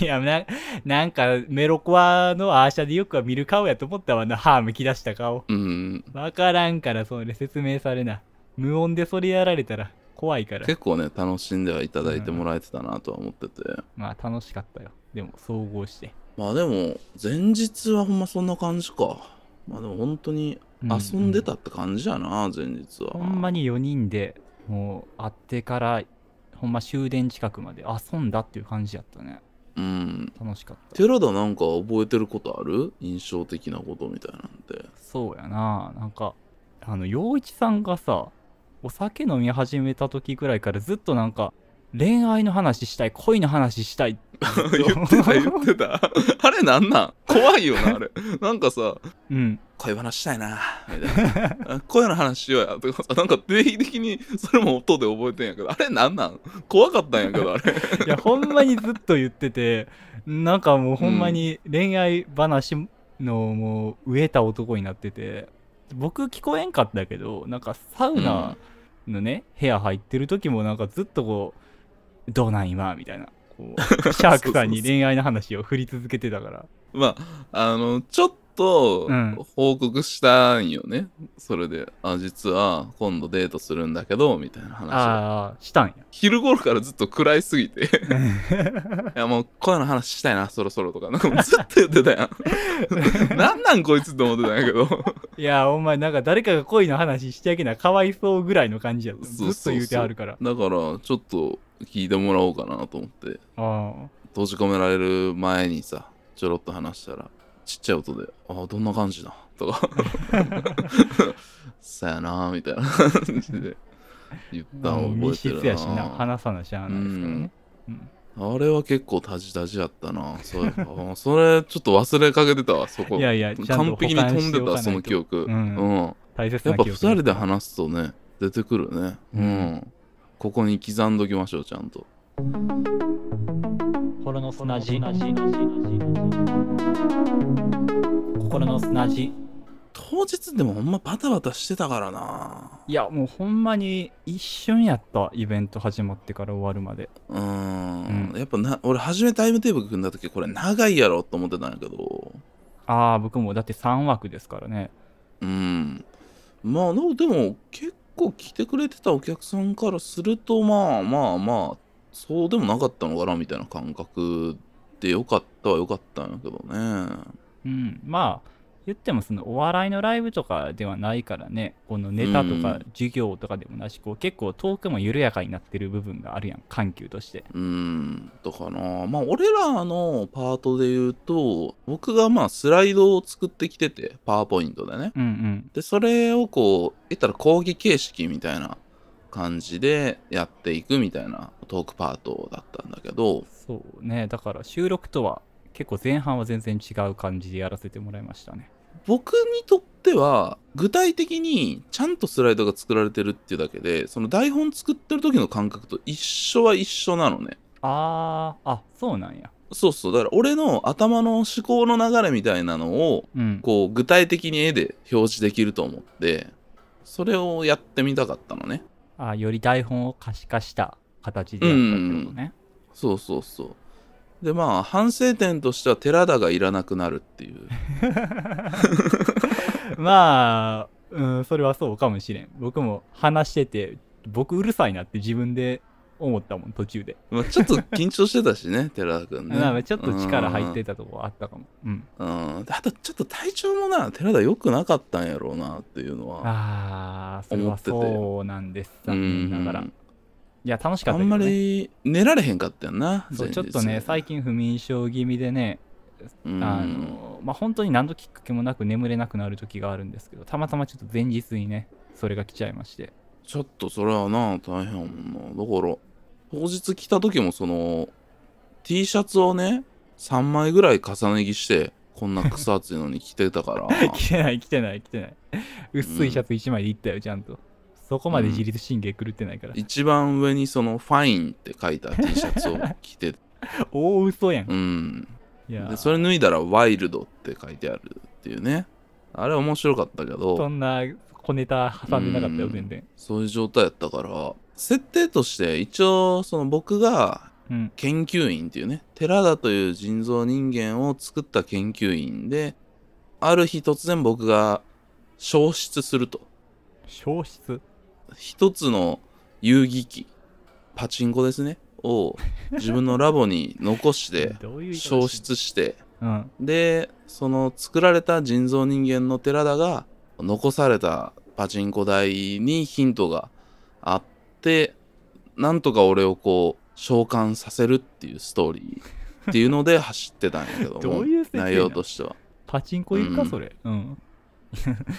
[SPEAKER 2] いやな、なんかメロコアのアーシャでよくは見る顔やと思ったわな、歯むき出した顔。 (laughs)
[SPEAKER 1] うん
[SPEAKER 2] わからんから、それ説明されな。無音でそれやられたら怖いから。
[SPEAKER 1] 結構ね楽しんではいただいてもらえてたなとは思ってて、
[SPEAKER 2] まあ楽しかったよ。でも総合して。
[SPEAKER 1] まあでも前日はほんまそんな感じかまあでも本当に遊んでたって感じやな、前日は
[SPEAKER 2] ほんまに4人でもう会ってから、ほんま終電近くまで遊んだっていう感じやったね。
[SPEAKER 1] うん
[SPEAKER 2] 楽しかった。
[SPEAKER 1] 寺田なんか覚えてることある印象的なことみたいなんて
[SPEAKER 2] そうやな。なんか、あの、陽一さんがさ、お酒飲み始めた時ぐらいからずっとなんか、恋愛の話したい、恋の話したいってずっと
[SPEAKER 1] (laughs) (laughs) 言ってた言ってたあれなんなん怖いよなあれなんかさ
[SPEAKER 2] うん。
[SPEAKER 1] 恋話したいなみたい (laughs) な恋の話しようやとかさなんか定期的にそれも音で覚えてんやけどあれなんなん怖かったんやけどあれ (laughs)
[SPEAKER 2] いや、ほんまにずっと言ってて、なんかもうほんまに恋愛話のもう飢えた男になってて、僕聞こえんかったけど、なんかサウナのね、部屋入ってる時もなんかずっとこう、どうなん今みたいなこうシャークさんに恋愛の話を振り続けてたから
[SPEAKER 1] まあ、あの、ちょっと
[SPEAKER 2] うん
[SPEAKER 1] 報告したんよね。それで、あ、実は今度デートするんだけど、みたいな話を。
[SPEAKER 2] ああしたんや
[SPEAKER 1] 昼頃からずっと暗いすぎ
[SPEAKER 2] (laughs)
[SPEAKER 1] て、いやもうこういうの話したいな、そろそろとか、なんかもうずっと言ってたや
[SPEAKER 2] (laughs)
[SPEAKER 1] ん。なんなんこいつって思ってたんやけど。
[SPEAKER 2] いやお前なんか誰かが恋の話してあげなかわいそうぐらいの感じやった
[SPEAKER 1] そうそうそう
[SPEAKER 2] ずっと言うてあるから
[SPEAKER 1] だから、ちょっと聞いてもらおうかなと思って、
[SPEAKER 2] ああ
[SPEAKER 1] 閉じ込められる前にさ、ちょろっと話したら、ちっちゃい音で、あ、どんな感じだとか、 (laughs) さやな、みたいな感じで言った
[SPEAKER 2] も
[SPEAKER 1] の
[SPEAKER 2] う
[SPEAKER 1] を覚
[SPEAKER 2] 密
[SPEAKER 1] えて
[SPEAKER 2] 室やし
[SPEAKER 1] る
[SPEAKER 2] な
[SPEAKER 1] な。
[SPEAKER 2] 話さなしゃあないですからね、うん
[SPEAKER 1] あれは結構タジタジやったな。そういえば (laughs) もうそれちょっと忘れかけてたわ、そこ。
[SPEAKER 2] いやいやちゃんと
[SPEAKER 1] 完
[SPEAKER 2] 保
[SPEAKER 1] 璧に
[SPEAKER 2] 管
[SPEAKER 1] 飛
[SPEAKER 2] し
[SPEAKER 1] ん
[SPEAKER 2] て
[SPEAKER 1] で
[SPEAKER 2] おかない
[SPEAKER 1] た、そ
[SPEAKER 2] と
[SPEAKER 1] の記憶。
[SPEAKER 2] うん
[SPEAKER 1] うん
[SPEAKER 2] 大切
[SPEAKER 1] や
[SPEAKER 2] な
[SPEAKER 1] っぱ
[SPEAKER 2] 記
[SPEAKER 1] 二
[SPEAKER 2] 憶
[SPEAKER 1] 人で話すとね出てくるね
[SPEAKER 2] う
[SPEAKER 1] うんん、ここに刻んどきましょうちゃんと
[SPEAKER 3] 心の
[SPEAKER 2] 砂
[SPEAKER 3] 砂
[SPEAKER 2] 地
[SPEAKER 3] 地心の砂地
[SPEAKER 1] 当日でもほんまバタバタしてたからない
[SPEAKER 2] やもうほんまに一瞬やったイベント始まってから終わるまで
[SPEAKER 1] うーん、
[SPEAKER 2] うん
[SPEAKER 1] やっぱな俺初めタイムテーブル組んだ時これ長いやろと思ってたんやけど
[SPEAKER 2] ああ僕もだって3枠ですからね
[SPEAKER 1] うんまあでもでも結構来てくれてたお客さんからするとまあまあまあそうでもなかったのかなみたいな感覚でよかったはよかったんやけどね
[SPEAKER 2] うんまあ言ってもそのお笑いのライブとかではないからねこのネタと
[SPEAKER 1] う
[SPEAKER 2] か
[SPEAKER 1] ん
[SPEAKER 2] 授業とかでもなしこう結構トークも緩やかになってる部分があるやん緩急として
[SPEAKER 1] うんだからまあ俺らのパートで言うと僕がまあスライドを作ってきててパワーポイントでね
[SPEAKER 2] うんうん
[SPEAKER 1] でそれをこう言ったら講義形式みたいな感じでやっていくみたいなトークパートだったんだけど
[SPEAKER 2] そうねだから収録とは結構前半は全然違う感じでやらせてもらいましたね
[SPEAKER 1] 僕にとっては具体的にちゃんとスライドが作られてるっていうだけでその台本作ってる時の感覚と一緒は一緒なのね
[SPEAKER 2] あーあそうなんや
[SPEAKER 1] そうそうだから俺の頭の思考の流れみたいなのを
[SPEAKER 2] うん
[SPEAKER 1] こう具体的に絵で表示できると思ってそれをやってみたかったのね
[SPEAKER 2] あより台本を可視化した形でやったってことね、
[SPEAKER 1] そうそうそうでまあ反省点としては寺田がいらなくなるっていう
[SPEAKER 2] (laughs) まあ、うん、それはそうかもしれん僕も話してて僕うるさいなって自分で思ったもん途中で、
[SPEAKER 1] まあちょっと緊張してたしね寺田君ね
[SPEAKER 2] なんかちょっと力入ってたとこあったかもうん
[SPEAKER 1] うんであとちょっと体調もな寺田良くなかったんやろうなっていうのは
[SPEAKER 2] あーそれはそうなんです残念ながら
[SPEAKER 1] う
[SPEAKER 2] い
[SPEAKER 1] ん
[SPEAKER 2] や楽しか
[SPEAKER 1] あ
[SPEAKER 2] ったけ
[SPEAKER 1] ん
[SPEAKER 2] ど、ね、
[SPEAKER 1] まり寝られへんかったよな
[SPEAKER 2] そ
[SPEAKER 1] 前
[SPEAKER 2] う
[SPEAKER 1] 日
[SPEAKER 2] ちょっとね最近不眠症気味でね
[SPEAKER 1] うん
[SPEAKER 2] あのまあ本当に何のきっかけもなく眠れなくなる時があるんですけどたまたまちょっと前日にねそれが来ちゃいまして
[SPEAKER 1] ちょっとそれはな大変やもんなだから当日来た時もその T シャツをね3枚ぐらい重ね着してこんな草厚いのに着てたから
[SPEAKER 2] (laughs) 来てない来てない来てない薄いシャツ1枚でいったよちゃんと、そこまで自律神経狂ってないから、
[SPEAKER 1] 一番上にその「ファイン」って書いた T シャツを着て
[SPEAKER 2] (laughs) 大嘘やん、
[SPEAKER 1] うん
[SPEAKER 2] いや
[SPEAKER 1] で
[SPEAKER 2] ー
[SPEAKER 1] それ脱いだら「ワイルド」って書いてあるっていうねあれ面白かったけ
[SPEAKER 2] そ
[SPEAKER 1] ど
[SPEAKER 2] んな小ネタ挟んでなかったよ
[SPEAKER 1] うん
[SPEAKER 2] 全然
[SPEAKER 1] そういう状態やったから設定として一応その僕が
[SPEAKER 2] うん
[SPEAKER 1] 研究員っていうね寺田という人造人間を作った研究員である日突然僕が消失すると
[SPEAKER 2] 消失
[SPEAKER 1] 一つの遊戯機パチンコですねを自分のラボに残して
[SPEAKER 2] どういう言い方してんの
[SPEAKER 1] 消失して
[SPEAKER 2] うん
[SPEAKER 1] でその作られた人造人間の寺田が残されたパチンコ台にヒントがあってなんとか俺をこう召喚させるっていうストーリーっていうので走ってたんやけども
[SPEAKER 2] (laughs) どういう設定なの
[SPEAKER 1] 内容としては
[SPEAKER 2] パチンコ行くか、
[SPEAKER 1] うん
[SPEAKER 2] それうん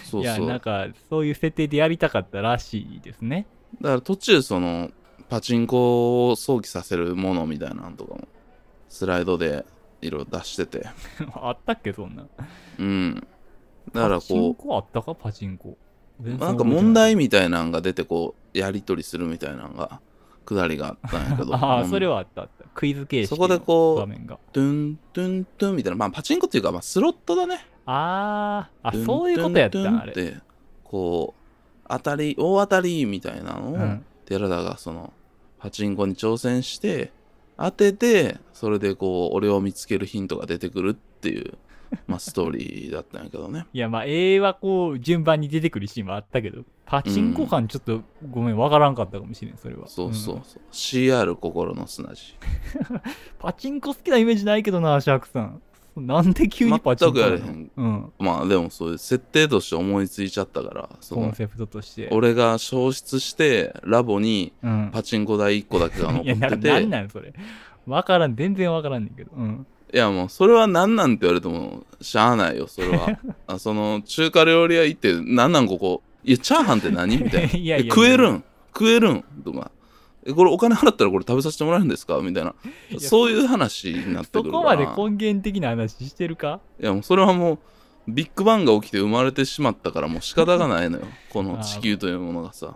[SPEAKER 1] そうそ
[SPEAKER 2] いや
[SPEAKER 1] う
[SPEAKER 2] なんかそういう設定でやりたかったらしいですね (laughs)
[SPEAKER 1] だから途中そのパチンコを想起させるものみたいなんとかもスライドで色々出してて
[SPEAKER 2] あったっけそんな
[SPEAKER 1] うんだから
[SPEAKER 2] パチン
[SPEAKER 1] こう
[SPEAKER 2] コあったかパチンコ全然
[SPEAKER 1] なん
[SPEAKER 2] 覚
[SPEAKER 1] か
[SPEAKER 2] えてい
[SPEAKER 1] 問題みたいなんが出てこうやり取りするみたいなんがくだりがあったんやけど
[SPEAKER 2] (laughs) ああ
[SPEAKER 1] うん
[SPEAKER 2] それはあったあったクイズ形式
[SPEAKER 1] そこでこう
[SPEAKER 2] 場面が
[SPEAKER 1] トゥントゥントゥンみたいなまあパチンコっていうか、まあ、スロットだね
[SPEAKER 2] あーあ
[SPEAKER 1] トゥン
[SPEAKER 2] そういうことやった
[SPEAKER 1] トゥントゥ
[SPEAKER 2] ん
[SPEAKER 1] ン
[SPEAKER 2] あ
[SPEAKER 1] っ
[SPEAKER 2] れ、
[SPEAKER 1] てこう当たり大当たりみたいなのを、
[SPEAKER 2] うん
[SPEAKER 1] 寺田がそのパチンコに挑戦して当ててそれでこう俺を見つけるヒントが出てくるっていう、まあ、ストーリーだったんやけどね
[SPEAKER 2] いや、まあ、A はこう、順番に出てくるシーンもあったけど、パチンコ感ちょっと、ごめん、わからんかったかもしれん、それは。
[SPEAKER 1] そうそう
[SPEAKER 2] (laughs) うん
[SPEAKER 1] そう、CR 心の砂地
[SPEAKER 2] パチンコ好きなイメージないけどな、シャークさん。なんで急にパチンコな
[SPEAKER 1] 全
[SPEAKER 2] の
[SPEAKER 1] くやれへん
[SPEAKER 2] うん。
[SPEAKER 1] まあでもそういう設定として思いついちゃったからそ
[SPEAKER 2] コ
[SPEAKER 1] の
[SPEAKER 2] ンセプトとして。
[SPEAKER 1] 俺が消失してラボに
[SPEAKER 2] うん。
[SPEAKER 1] パチンコ台1個だけが残
[SPEAKER 2] いや、
[SPEAKER 1] っ
[SPEAKER 2] な
[SPEAKER 1] て
[SPEAKER 2] ん
[SPEAKER 1] て
[SPEAKER 2] なんなんそれ。わからん、全然わからんねんけど。うん。
[SPEAKER 1] いやもうそれは何なんって言われてもしゃあないよそれ
[SPEAKER 2] (laughs)
[SPEAKER 1] はあその中華料理屋行って何なんここいやチャーハンって何みたいない
[SPEAKER 2] や (laughs) いやいや
[SPEAKER 1] え食えるん食えるんとかえこれお金払ったらこれ食べさせてもらえるんですかみたいなそういう話になって
[SPEAKER 2] そ
[SPEAKER 1] くるか
[SPEAKER 2] こ
[SPEAKER 1] ら
[SPEAKER 2] まで根源的な話してるか (laughs)
[SPEAKER 1] いやもうそれはもうビッグバンが起きて生まれてしまったからもう仕方がないのよこの地球というものがさ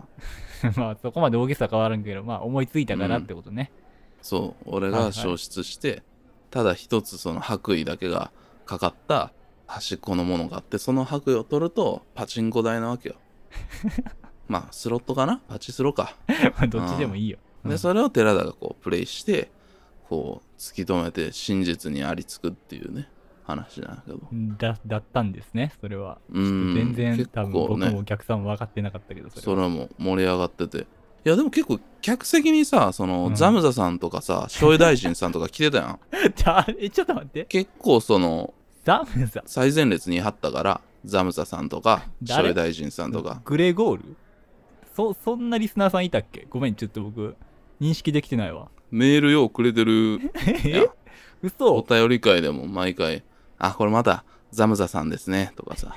[SPEAKER 2] まあ、そこまで大げさ変わらんけど、まあ、思いついたからってことね。
[SPEAKER 1] そう俺
[SPEAKER 2] はいは
[SPEAKER 1] が
[SPEAKER 2] い
[SPEAKER 1] 消失して、ただ一つその白衣だけがかかった端っこのものがあってその白衣を取るとパチンコ台なわけ
[SPEAKER 2] (laughs)
[SPEAKER 1] よまあスロットかなパチスロか
[SPEAKER 2] (laughs) まあどっちでもいいよ。う
[SPEAKER 1] で
[SPEAKER 2] ん
[SPEAKER 1] それを寺田がこうプレイしてこう突き止めて真実にありつくっていうね話なんだけど
[SPEAKER 2] だだったんですね、それは。
[SPEAKER 1] うん
[SPEAKER 2] 全然、
[SPEAKER 1] 結
[SPEAKER 2] 多分
[SPEAKER 1] 構
[SPEAKER 2] 僕
[SPEAKER 1] ね
[SPEAKER 2] もお客さんも分かってなかったけど、そ (laughs)
[SPEAKER 1] そ
[SPEAKER 2] れは。
[SPEAKER 1] れも盛り上がってていやでも結構客席にさその、
[SPEAKER 2] うん
[SPEAKER 1] ザムザさんとかさ醤油大臣さんとか来てたやん
[SPEAKER 2] だえ、ちょっと待って。
[SPEAKER 1] 結構その
[SPEAKER 2] ザムザ
[SPEAKER 1] 最前列に張ったからザムザさんとか醤
[SPEAKER 2] 誰
[SPEAKER 1] 油大臣さんとか
[SPEAKER 2] グレゴールそ、そんなリスナーさんいたっけごめん、ちょっと僕、認識できてないわ。
[SPEAKER 1] メールようくれてるいや
[SPEAKER 2] え
[SPEAKER 1] お
[SPEAKER 2] 嘘
[SPEAKER 1] 便り会でも毎回「あこれまたザムザさんですね」とかさ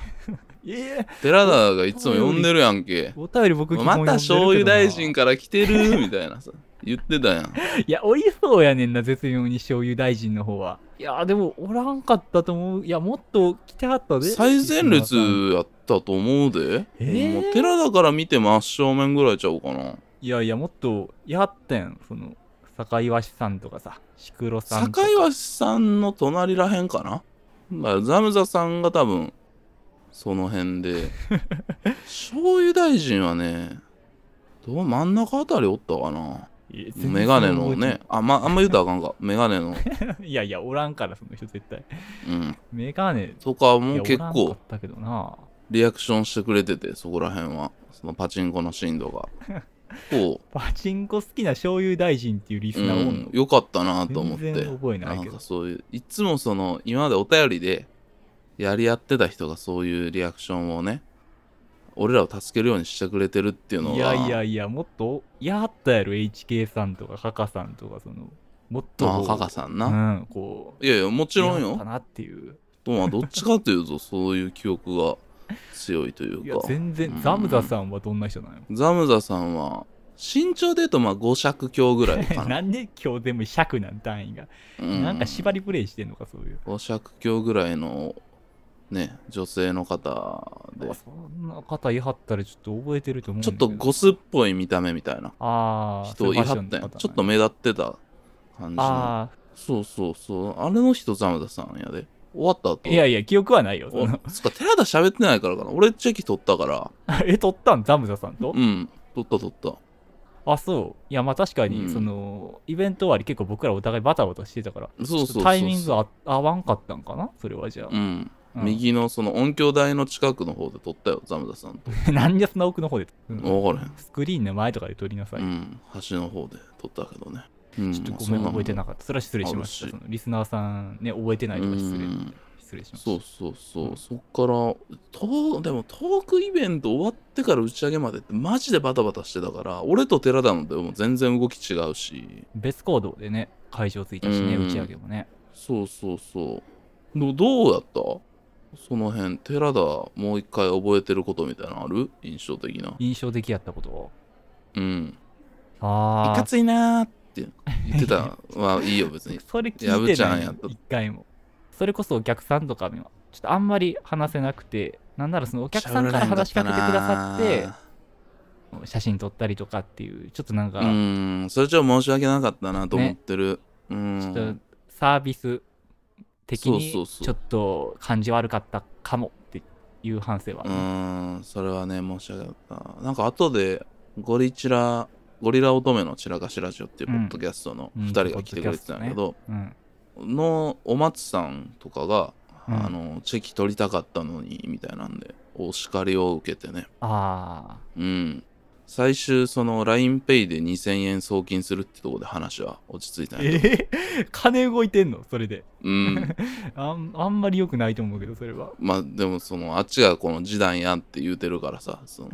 [SPEAKER 2] ええ
[SPEAKER 1] 「寺田がいつも呼んでるやんけ」
[SPEAKER 2] お便り僕基本
[SPEAKER 1] また
[SPEAKER 2] 読
[SPEAKER 1] 醤
[SPEAKER 2] んでるけ
[SPEAKER 1] 油
[SPEAKER 2] どな
[SPEAKER 1] 大臣から来て
[SPEAKER 2] (laughs)
[SPEAKER 1] るみたいなさ言ってたやん
[SPEAKER 2] いや、おいそうやねんな、絶妙に醤油大臣の方は。いや、でも、おらんかったと思う。いや、もっと来てはったで。
[SPEAKER 1] 最前列やったと思うで、
[SPEAKER 2] えー
[SPEAKER 1] もう寺だから見て真正面ぐらいちゃうかない
[SPEAKER 2] やいや、もっと、やってん。その、坂井鷲さんとかさ、シクロさんとか。
[SPEAKER 1] 坂井橋さんの隣らへんかなだからザムザさんが多分その辺
[SPEAKER 2] (laughs)
[SPEAKER 1] で醤油大臣はねどう真ん中あたりおったかない
[SPEAKER 2] や全然
[SPEAKER 1] メガネのねあ,、まあんま言うたらあかんかメガネ
[SPEAKER 2] (laughs)
[SPEAKER 1] の、
[SPEAKER 2] 覚えてない。いやいや、おらんから、その人絶対。
[SPEAKER 1] うん、
[SPEAKER 2] メガネ、
[SPEAKER 1] とか
[SPEAKER 2] い
[SPEAKER 1] も
[SPEAKER 2] や
[SPEAKER 1] 結
[SPEAKER 2] おらんか
[SPEAKER 1] 構
[SPEAKER 2] ったけどな。
[SPEAKER 1] リアクションしてくれててそこら辺はそのパチンコの震度
[SPEAKER 2] (laughs)
[SPEAKER 1] がこ
[SPEAKER 2] パチンコ好きな醤油大臣っていうリ
[SPEAKER 1] う、
[SPEAKER 2] ス
[SPEAKER 1] う
[SPEAKER 2] ナーおん
[SPEAKER 1] ん
[SPEAKER 2] の、、
[SPEAKER 1] よかったなと思って
[SPEAKER 2] 全然覚えない
[SPEAKER 1] なん
[SPEAKER 2] けど
[SPEAKER 1] か。そういういつもその今までお便りでやり合ってた人がそういうリアクションをね俺らを助けるようにしてくれてるっていうのが
[SPEAKER 2] いやいやいや、もっと、やったやろ、HK さんとか、カカさんとか、その、もっと
[SPEAKER 1] ま
[SPEAKER 2] こ
[SPEAKER 1] あ
[SPEAKER 2] う、
[SPEAKER 1] カカさんな、
[SPEAKER 2] うん、こう、
[SPEAKER 1] いやいやもちろん
[SPEAKER 2] やった
[SPEAKER 1] よ
[SPEAKER 2] なっていう。
[SPEAKER 1] まあどっちかというとそういう記憶が強いとい
[SPEAKER 2] いうや
[SPEAKER 1] か、
[SPEAKER 2] 全
[SPEAKER 1] う
[SPEAKER 2] 然、
[SPEAKER 1] ん
[SPEAKER 2] ザムザさんはどんな人なの
[SPEAKER 1] ザムザさんは身長で言うとまあ5尺強ぐらいかな
[SPEAKER 2] (laughs) なんで今日全部尺なん単位が。
[SPEAKER 1] うん
[SPEAKER 2] なんか縛りプレイしてんのか、そういう。
[SPEAKER 1] 5尺強ぐらいのね女性の方で
[SPEAKER 2] あそんな方いはったらちょっと覚えてると思うん
[SPEAKER 1] ち
[SPEAKER 2] だ
[SPEAKER 1] ょっ
[SPEAKER 2] けど
[SPEAKER 1] とゴスっぽい見た目みたいな
[SPEAKER 2] ああ
[SPEAKER 1] 人いはったんやちょっと目立ってた感じの
[SPEAKER 2] あ
[SPEAKER 1] そうそうそうあれの人ザムダさんやで終わった後
[SPEAKER 2] あいやいや記憶はないよその (laughs)
[SPEAKER 1] おそっか寺田喋ってないからかな俺チェキ取ったから
[SPEAKER 2] え撮ったんザムザさんと、
[SPEAKER 1] うん取った取った
[SPEAKER 2] あそういやまあ確か
[SPEAKER 1] うん
[SPEAKER 2] にその、イベント終わり結構僕らお互いバタバタしてたから
[SPEAKER 1] そうそうそう
[SPEAKER 2] ちょっとタイミングあ合わんかったんかなそれはじゃあ
[SPEAKER 1] う、ん
[SPEAKER 2] うん
[SPEAKER 1] 右のその音響台の近くの方で撮ったよザムダさんと
[SPEAKER 2] (laughs) なんでそんな奥の方で、うん
[SPEAKER 1] 分からへん
[SPEAKER 2] スクリーンの前とかで撮りなさい、
[SPEAKER 1] うん橋の方で撮ったけどねうん
[SPEAKER 2] ちょっとごめん覚えてなかったそれは失礼しまし
[SPEAKER 1] あ
[SPEAKER 2] た
[SPEAKER 1] るし
[SPEAKER 2] そのリスナーさんね覚えてないとか失礼
[SPEAKER 1] うん
[SPEAKER 2] 失礼しました
[SPEAKER 1] そうそうそう、
[SPEAKER 2] うん
[SPEAKER 1] そっからとでもトークイベント終わってから打ち上げまでってマジでバタバタしてたから俺と寺田のでも全然動き違うし
[SPEAKER 2] 別行動でね会場着いたしね
[SPEAKER 1] うん
[SPEAKER 2] 打ち上げもね
[SPEAKER 1] そうそうそうどどうやったその辺寺田もう一回覚えてることみたいなのある印象的な
[SPEAKER 2] 印象的やったことを
[SPEAKER 1] うんい
[SPEAKER 2] あ
[SPEAKER 1] か
[SPEAKER 2] あ
[SPEAKER 1] ついなーって言ってたはいいよ別に
[SPEAKER 2] それ聞
[SPEAKER 1] やぶ
[SPEAKER 2] い
[SPEAKER 1] ち
[SPEAKER 2] て
[SPEAKER 1] ゃ
[SPEAKER 2] なんい
[SPEAKER 1] や
[SPEAKER 2] よ
[SPEAKER 1] った
[SPEAKER 2] 一回もそれこそお客さんとかにはちょっとあんまり話せなくてなんなら (laughs) そのお客さんから話しかけてくださって写真撮ったりとかっていうちょっとなん
[SPEAKER 1] う
[SPEAKER 2] か、
[SPEAKER 1] ーんそれじゃ申し訳なかったなと思ってる、う
[SPEAKER 2] ちょっと
[SPEAKER 1] ん
[SPEAKER 2] サービス的
[SPEAKER 1] そう
[SPEAKER 2] に
[SPEAKER 1] そうそう
[SPEAKER 2] ちょっと感じ悪かったかもっていう反省は、
[SPEAKER 1] うーん、それはね、申し訳なかった。なんか後で、ゴリチラゴリラ乙女の散らかしラジオっていうポッドキャストの
[SPEAKER 2] うん
[SPEAKER 1] 2人が来てくれてたんだけど、
[SPEAKER 2] うん。
[SPEAKER 1] のお松さんとかが、
[SPEAKER 2] うん
[SPEAKER 1] あのチェキ取りたかったのにみたいなんでお叱りを受けてね
[SPEAKER 2] あ
[SPEAKER 1] うん最終その LINEPay で2000円送金するってとこで話は落ち着いた
[SPEAKER 2] あ。
[SPEAKER 1] んやけど
[SPEAKER 2] えー、 (laughs) 金動いてんのそれで。
[SPEAKER 1] うん
[SPEAKER 2] (laughs) あんあんまり良くないと思うけど、それは。
[SPEAKER 1] まあでもそのあっちがこの示談やって言うてるからさその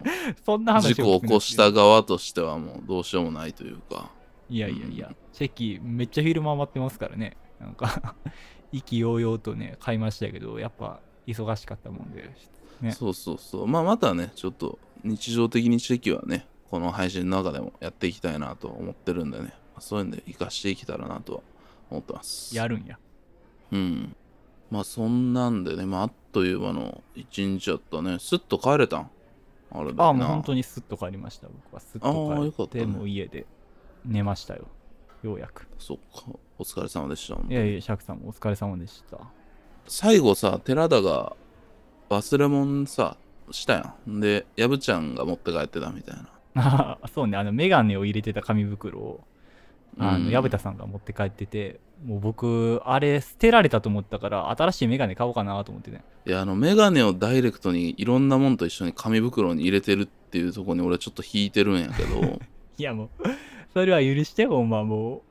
[SPEAKER 2] そんな話
[SPEAKER 1] 事故を起こした
[SPEAKER 2] が。
[SPEAKER 1] 側としてはもうどうしようもないというか
[SPEAKER 2] いやいやいや、チェキ、めっちゃ昼間余ってますからね。なんか、 (laughs) 意気揚々とね、買いましたけど、やっぱ忙しかったもんで。ね
[SPEAKER 1] そうそうそうまあまたねちょっと日常的にチェキはねこの配信の中でもやっていきたいなと思ってるんでねそういうんで生かしていけたらなとは思ってます
[SPEAKER 2] やるんや。
[SPEAKER 1] うんまあそんなんでねまああっという間の一日やったねスッと帰れたんあれだよな
[SPEAKER 2] ああ、もう本当にスッと帰りました。僕はスッ
[SPEAKER 1] あーよか
[SPEAKER 2] と
[SPEAKER 1] った
[SPEAKER 2] 帰っ
[SPEAKER 1] ね
[SPEAKER 2] て、もう家で寝ましたよ。ようやく。
[SPEAKER 1] そっかお疲れ様でした
[SPEAKER 2] いやいや、シャークさんもお疲れ様でした。 (laughs)
[SPEAKER 1] 最後さ寺田が忘れ物さしたやんでやぶちゃんが持って帰ってたみたいな
[SPEAKER 2] あーそうね、あの、メガネを入れてた紙袋を、あの、矢蓋さんが持って帰ってて、もう僕、あれ捨てられたと思ったから、新しいメガネ買おうかなと思ってね。
[SPEAKER 1] いやあのメガネをダイレクトにいろんなもんと一緒に紙袋に入れてるっていうところに俺ちょっと引いてるんやけ
[SPEAKER 2] (laughs)
[SPEAKER 1] ど
[SPEAKER 2] いやもう、それは許してよ、まあもう。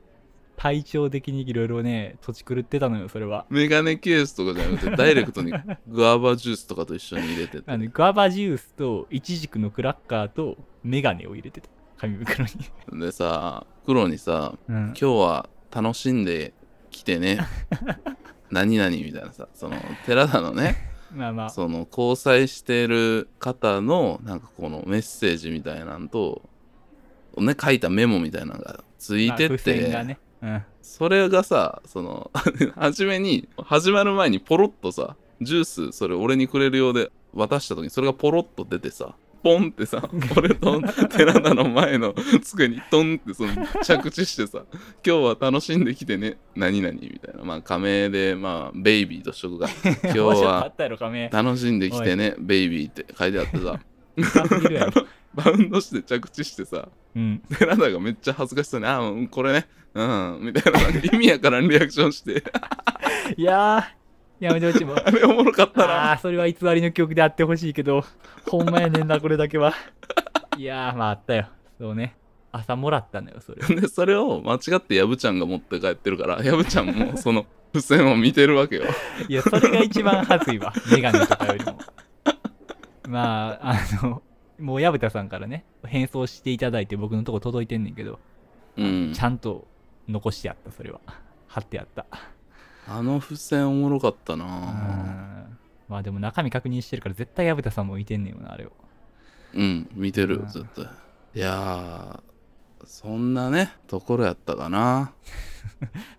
[SPEAKER 2] 体調的にいろいろね、土地狂ってたのよ、それは。
[SPEAKER 1] メガネケースとかじゃなくてダイレクトにグアバジュースとかと一緒に入れ
[SPEAKER 2] (laughs)
[SPEAKER 1] てて
[SPEAKER 2] あの、ガバジュースと、イチジクのクラッカーと、メガネを入れてた。紙袋に。
[SPEAKER 1] でさ黒にさ
[SPEAKER 2] うん
[SPEAKER 1] 「今日は楽しんできて
[SPEAKER 2] (laughs)
[SPEAKER 1] ね何々」みたいなさその寺田のね
[SPEAKER 2] まあまあ、
[SPEAKER 1] その交際してる方のなんかこのメッセージみたいなんと、ね、書いたメモみたいなのがつい
[SPEAKER 2] まあ
[SPEAKER 1] て
[SPEAKER 2] 付
[SPEAKER 1] て、
[SPEAKER 2] 箋がね。うん。
[SPEAKER 1] それがさその (laughs) 初めに始まる前にポロッとさジュースそれ俺にくれるようで渡した時にそれがポロッと出てさポンって (laughs) さ俺と寺田の前の (laughs) 机にトンってその着地してさ「今日は楽しんできてね何々」みたいなまあ仮名でまあベイビーとしとくが「今日
[SPEAKER 2] 面白
[SPEAKER 1] は
[SPEAKER 2] かったやろ、亀。
[SPEAKER 1] 楽しんできてね、ベイビーって書いてあってさ、
[SPEAKER 2] 高すぎるやろ。
[SPEAKER 1] バウンドして着地してさ、
[SPEAKER 2] うん。
[SPEAKER 1] 寺田がめっちゃ恥ずかしそうに、あー、うんこれね、うん、みたいな、なんか意味やからんリアクションして、
[SPEAKER 2] いやー、やめてほしい
[SPEAKER 1] (laughs)
[SPEAKER 2] もう。
[SPEAKER 1] あれおもろかった
[SPEAKER 2] あ
[SPEAKER 1] な。
[SPEAKER 2] あ、それは偽りの記憶であってほしいけど、ほんまやねんな、これだけは。いやー、まああったよ。そうね。朝もらったんだよ、それ。
[SPEAKER 1] (laughs) で、それを間違ってヤブちゃんが持って帰ってるから、 (laughs) ヤブちゃんもその付箋を見てるわけよ。 (laughs)
[SPEAKER 2] いや、それが一番恥ずいわ。メガネとかよりも。まあ、あの、もう矢蓋さんからね、変装していただいて僕のとこ届いてんねんけど、
[SPEAKER 1] うん
[SPEAKER 2] ち。ゃんと残してあった、それは。貼ってあった。
[SPEAKER 1] あの付箋おもろかった
[SPEAKER 2] う
[SPEAKER 1] な。
[SPEAKER 2] ん。まあでも中身確認してるから絶対矢蓋さんも見てんねんよな、あれを。
[SPEAKER 1] うん、見てる
[SPEAKER 2] う、ん
[SPEAKER 1] ずっと。いやー、そんなね、ところやったかな。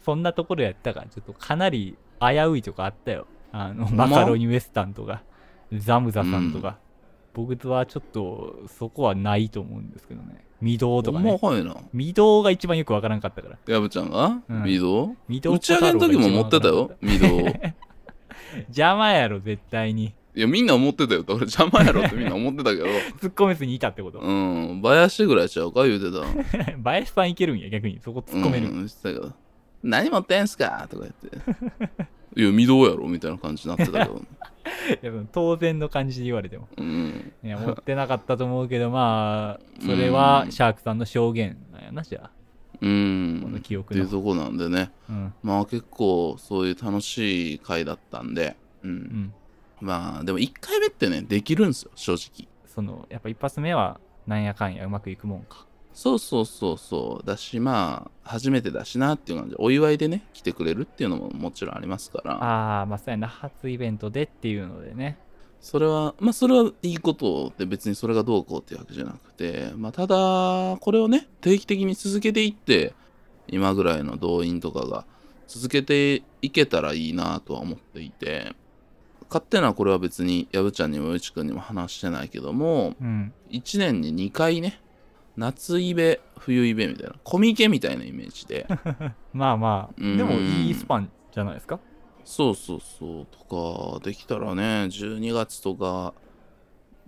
[SPEAKER 2] そんなところやったから、ちょっとかなり危ういとこあったよ。あの、
[SPEAKER 1] ほんま
[SPEAKER 2] マカロニウエスタンとか、ザムザさんとか。僕はちょっと、そこはないと思うんですけどね。御堂
[SPEAKER 1] お
[SPEAKER 2] とか
[SPEAKER 1] も
[SPEAKER 2] ね。
[SPEAKER 1] ろいな。
[SPEAKER 2] 御堂が一番よくわからんかったから。
[SPEAKER 1] ヤブちゃんが
[SPEAKER 2] うん
[SPEAKER 1] 微動、
[SPEAKER 2] 御堂
[SPEAKER 1] 打ち上げの時も持ってたよ、ミドを。
[SPEAKER 2] (laughs) 邪魔やろ、絶対に。
[SPEAKER 1] いや、みんな思ってたよって、俺邪魔やろってみんな思ってた
[SPEAKER 2] (laughs)
[SPEAKER 1] けど、
[SPEAKER 2] 突っ込めずにいたってこと。
[SPEAKER 1] うん、林ぐらいちゃうか言うてた。
[SPEAKER 2] 林さんいけるんや、逆に。そこ突っ込める。
[SPEAKER 1] うん、してたけど、何持ってんすかとか言って。 (laughs) いや、未動やろみたいな感じになってたけど。 (laughs)
[SPEAKER 2] いやその当然の感じで言われても。
[SPEAKER 1] うん。
[SPEAKER 2] いや、持ってなかったと思うけど、まあ、それはシャークさんの証言なんやな、じゃあ。
[SPEAKER 1] う
[SPEAKER 2] こ
[SPEAKER 1] ん。
[SPEAKER 2] の
[SPEAKER 1] っ
[SPEAKER 2] 記憶
[SPEAKER 1] てい
[SPEAKER 2] の
[SPEAKER 1] う。とこなんでね。
[SPEAKER 2] うん。
[SPEAKER 1] まあ結構そういう楽しい回だったんで。う。
[SPEAKER 2] うんん。
[SPEAKER 1] まあでも1回目ってね、できるんすよ、正直。
[SPEAKER 2] その、やっぱ一発目は、なんやかんやうまくいくもんか。
[SPEAKER 1] そうそうそうそう。だし、まあ、初めてだしなっていう感じで、お祝いでね、来てくれるっていうのももちろんありますから。
[SPEAKER 2] ああー、まあ、そうやな、初イベントでっていうのでね。
[SPEAKER 1] それは、まあ、それはいいことで、別にそれがどうこうっていうわけじゃなくて、まあ、ただ、これをね、定期的に続けていって、今ぐらいの動員とかが続けていけたらいいなとは思っていて、勝手なこれは別に、やぶちゃんにもよいちくんにも話してないけども、
[SPEAKER 2] うん。
[SPEAKER 1] 1年に2回ね、夏イベ、冬イベみたいな、コミケみたいなイメージで、
[SPEAKER 2] まあまあ、
[SPEAKER 1] うん
[SPEAKER 2] でもいいスパンじゃないですか。
[SPEAKER 1] そうそうそうとかできたらね12月とか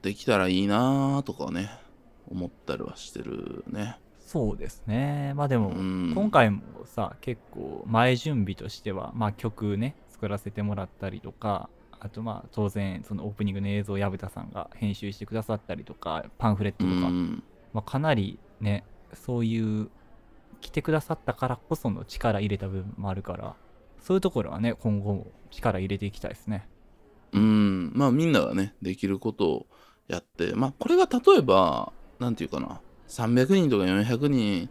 [SPEAKER 1] できたらいいなーとかね思ったりはしてるね
[SPEAKER 2] そうですねまあでも、
[SPEAKER 1] うん
[SPEAKER 2] 今回もさ結構前準備としては、まあ、曲ね作らせてもらったりとかあとまあ当然そのオープニングの映像を薮田さんが編集してくださったりとかパンフレット
[SPEAKER 1] う
[SPEAKER 2] とか、
[SPEAKER 1] ん
[SPEAKER 2] まあ、かなりねそういう来てくださったからこその力入れた部分もあるからそういうところはね今後も力入れていきたいですね
[SPEAKER 1] うんまあみんながねできることをやってまあこれが例えばなんていうかな300人とか400人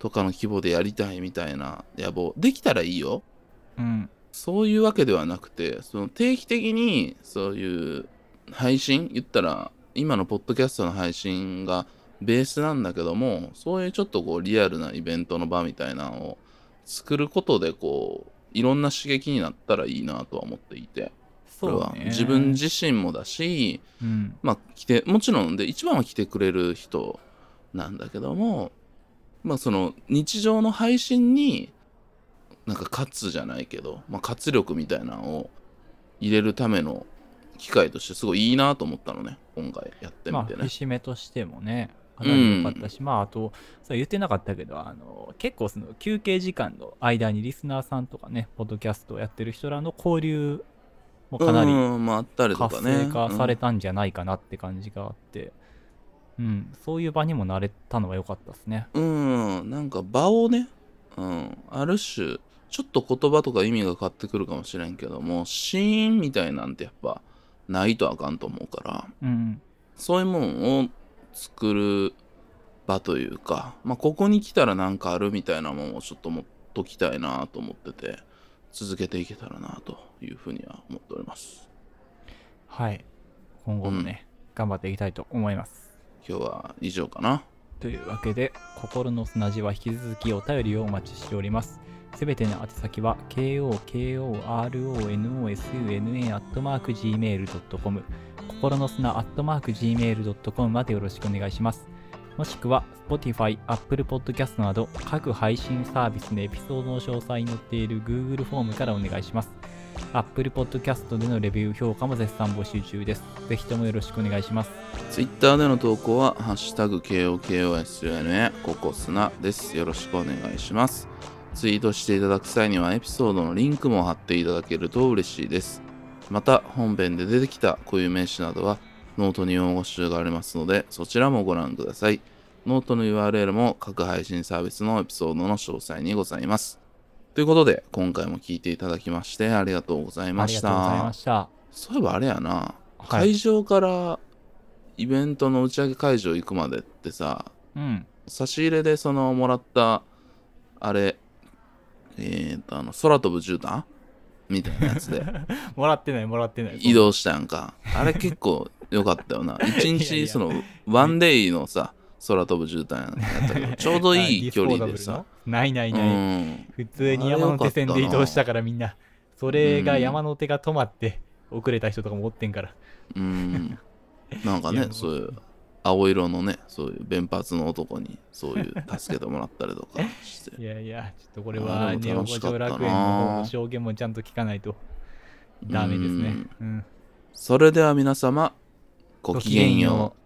[SPEAKER 1] とかの規模でやりたいみたいな野望できたらいいよ
[SPEAKER 2] うん
[SPEAKER 1] そういうわけではなくてその定期的にそういう配信言ったら今のポッドキャストの配信がベースなんだけどもそういうちょっとこうリアルなイベントの場みたいなのを作ることでこういろんな刺激になったらいいなとは思っていてこれ
[SPEAKER 2] そう
[SPEAKER 1] は
[SPEAKER 2] ね
[SPEAKER 1] 自分自身もだし
[SPEAKER 2] うん
[SPEAKER 1] まあ来てもちろんで一番は来てくれる人なんだけどもまあその日常の配信になんか勝つじゃないけど、まあ、活力みたいなのを入れるための機会としてすごいいいなと思ったのね今回やって
[SPEAKER 2] ま
[SPEAKER 1] み
[SPEAKER 2] あ
[SPEAKER 1] てね、
[SPEAKER 2] 節目としてもねかなり良かったし、まああとそう言ってなかったけどあの結構その休憩時間の間にリスナーさんとかねポッドキャストをやってる人らの交流もかなり
[SPEAKER 1] うんまああったりと
[SPEAKER 2] 活
[SPEAKER 1] かね
[SPEAKER 2] 性化されたんじゃないかなって感じがあって、うんそういう場にもなれたのは良かったですね。
[SPEAKER 1] うん、なんか場をね、うん、ある種、ちょっと言葉とか意味が変わってくるかもしれんけども、シーンみたいなんてやっぱないとあかんと思うから、
[SPEAKER 2] うん、
[SPEAKER 1] そういうもんを作る場というか、まあ、ここに来たらなんかあるみたいなもんをちょっと持っときたいなと思ってて、続けていけたらなというふうには思っております。
[SPEAKER 2] はい。今後もね、頑張っていきたいと思います。
[SPEAKER 1] 今日は以上かな。
[SPEAKER 2] というわけで、心の砂地は引き続きお便りをお待ちしております。すべての宛先は kokoronosuna.gmail.com 心の砂 .gmail.com までよろしくお願いします。もしくは Spotify、Apple Podcast など各配信サービスのエピソードの詳細に載っている Google フォームからお願いします。Apple Podcast でのレビュー評価も絶賛募集中です。ぜひともよろしくお願いします。
[SPEAKER 1] Twitter での投稿は、ハッシュタグ KOKOSUNA ココスナです。よろしくお願いします。ツイートしていただく際にはエピソードのリンクも貼っていただけると嬉しいです。また、本編で出てきた固有名詞などは、ノートに用語集がありますので、そちらもご覧ください。ノートの URL も各配信サービスのエピソードの詳細にございます。ということで、今回も聞いていただきましてありがとうござい
[SPEAKER 2] あ
[SPEAKER 1] ま
[SPEAKER 2] り
[SPEAKER 1] した。
[SPEAKER 2] がとうございました。
[SPEAKER 1] そういえばあれやな、
[SPEAKER 2] は
[SPEAKER 1] 会
[SPEAKER 2] い
[SPEAKER 1] 場からイベントの打ち上げ会場行くまでってさ
[SPEAKER 2] うん。
[SPEAKER 1] 差し入れでそのもらったあれえー、とあの空飛ぶ絨毯みたいなやつで
[SPEAKER 2] (laughs) もらってない、もらってない。
[SPEAKER 1] 移動したやんかあれ結構良かったよな一
[SPEAKER 2] (laughs) いやい
[SPEAKER 1] 日
[SPEAKER 2] や
[SPEAKER 1] そのワンデイのさ空飛ぶ絨毯やったけ
[SPEAKER 2] (laughs)
[SPEAKER 1] どちょうどいい距離でさ、
[SPEAKER 2] あ。ディスポーダブルのないな
[SPEAKER 1] う
[SPEAKER 2] いない。
[SPEAKER 1] ん、
[SPEAKER 2] 普通に山手線で移動したからみんな。それが
[SPEAKER 1] うん
[SPEAKER 2] 山手が止まって遅れた人とかもおってんから。
[SPEAKER 1] うん、なんか
[SPEAKER 2] いや
[SPEAKER 1] ね
[SPEAKER 2] もう
[SPEAKER 1] そういう青色のねそういう弁髪の男にそういう助けてもらったりとかして
[SPEAKER 2] いやいや、ちょっとこれ
[SPEAKER 1] あ
[SPEAKER 2] は
[SPEAKER 1] ーで
[SPEAKER 2] ネ
[SPEAKER 1] も
[SPEAKER 2] オ
[SPEAKER 1] 楽
[SPEAKER 2] 五
[SPEAKER 1] しかったな
[SPEAKER 2] 条楽園の方の証言もちゃんと聞かないとダメですね。うん。
[SPEAKER 1] それでは皆様ご
[SPEAKER 2] ご
[SPEAKER 1] き
[SPEAKER 2] き
[SPEAKER 1] げ
[SPEAKER 2] げ
[SPEAKER 1] ん
[SPEAKER 2] ん
[SPEAKER 1] よう
[SPEAKER 2] よう。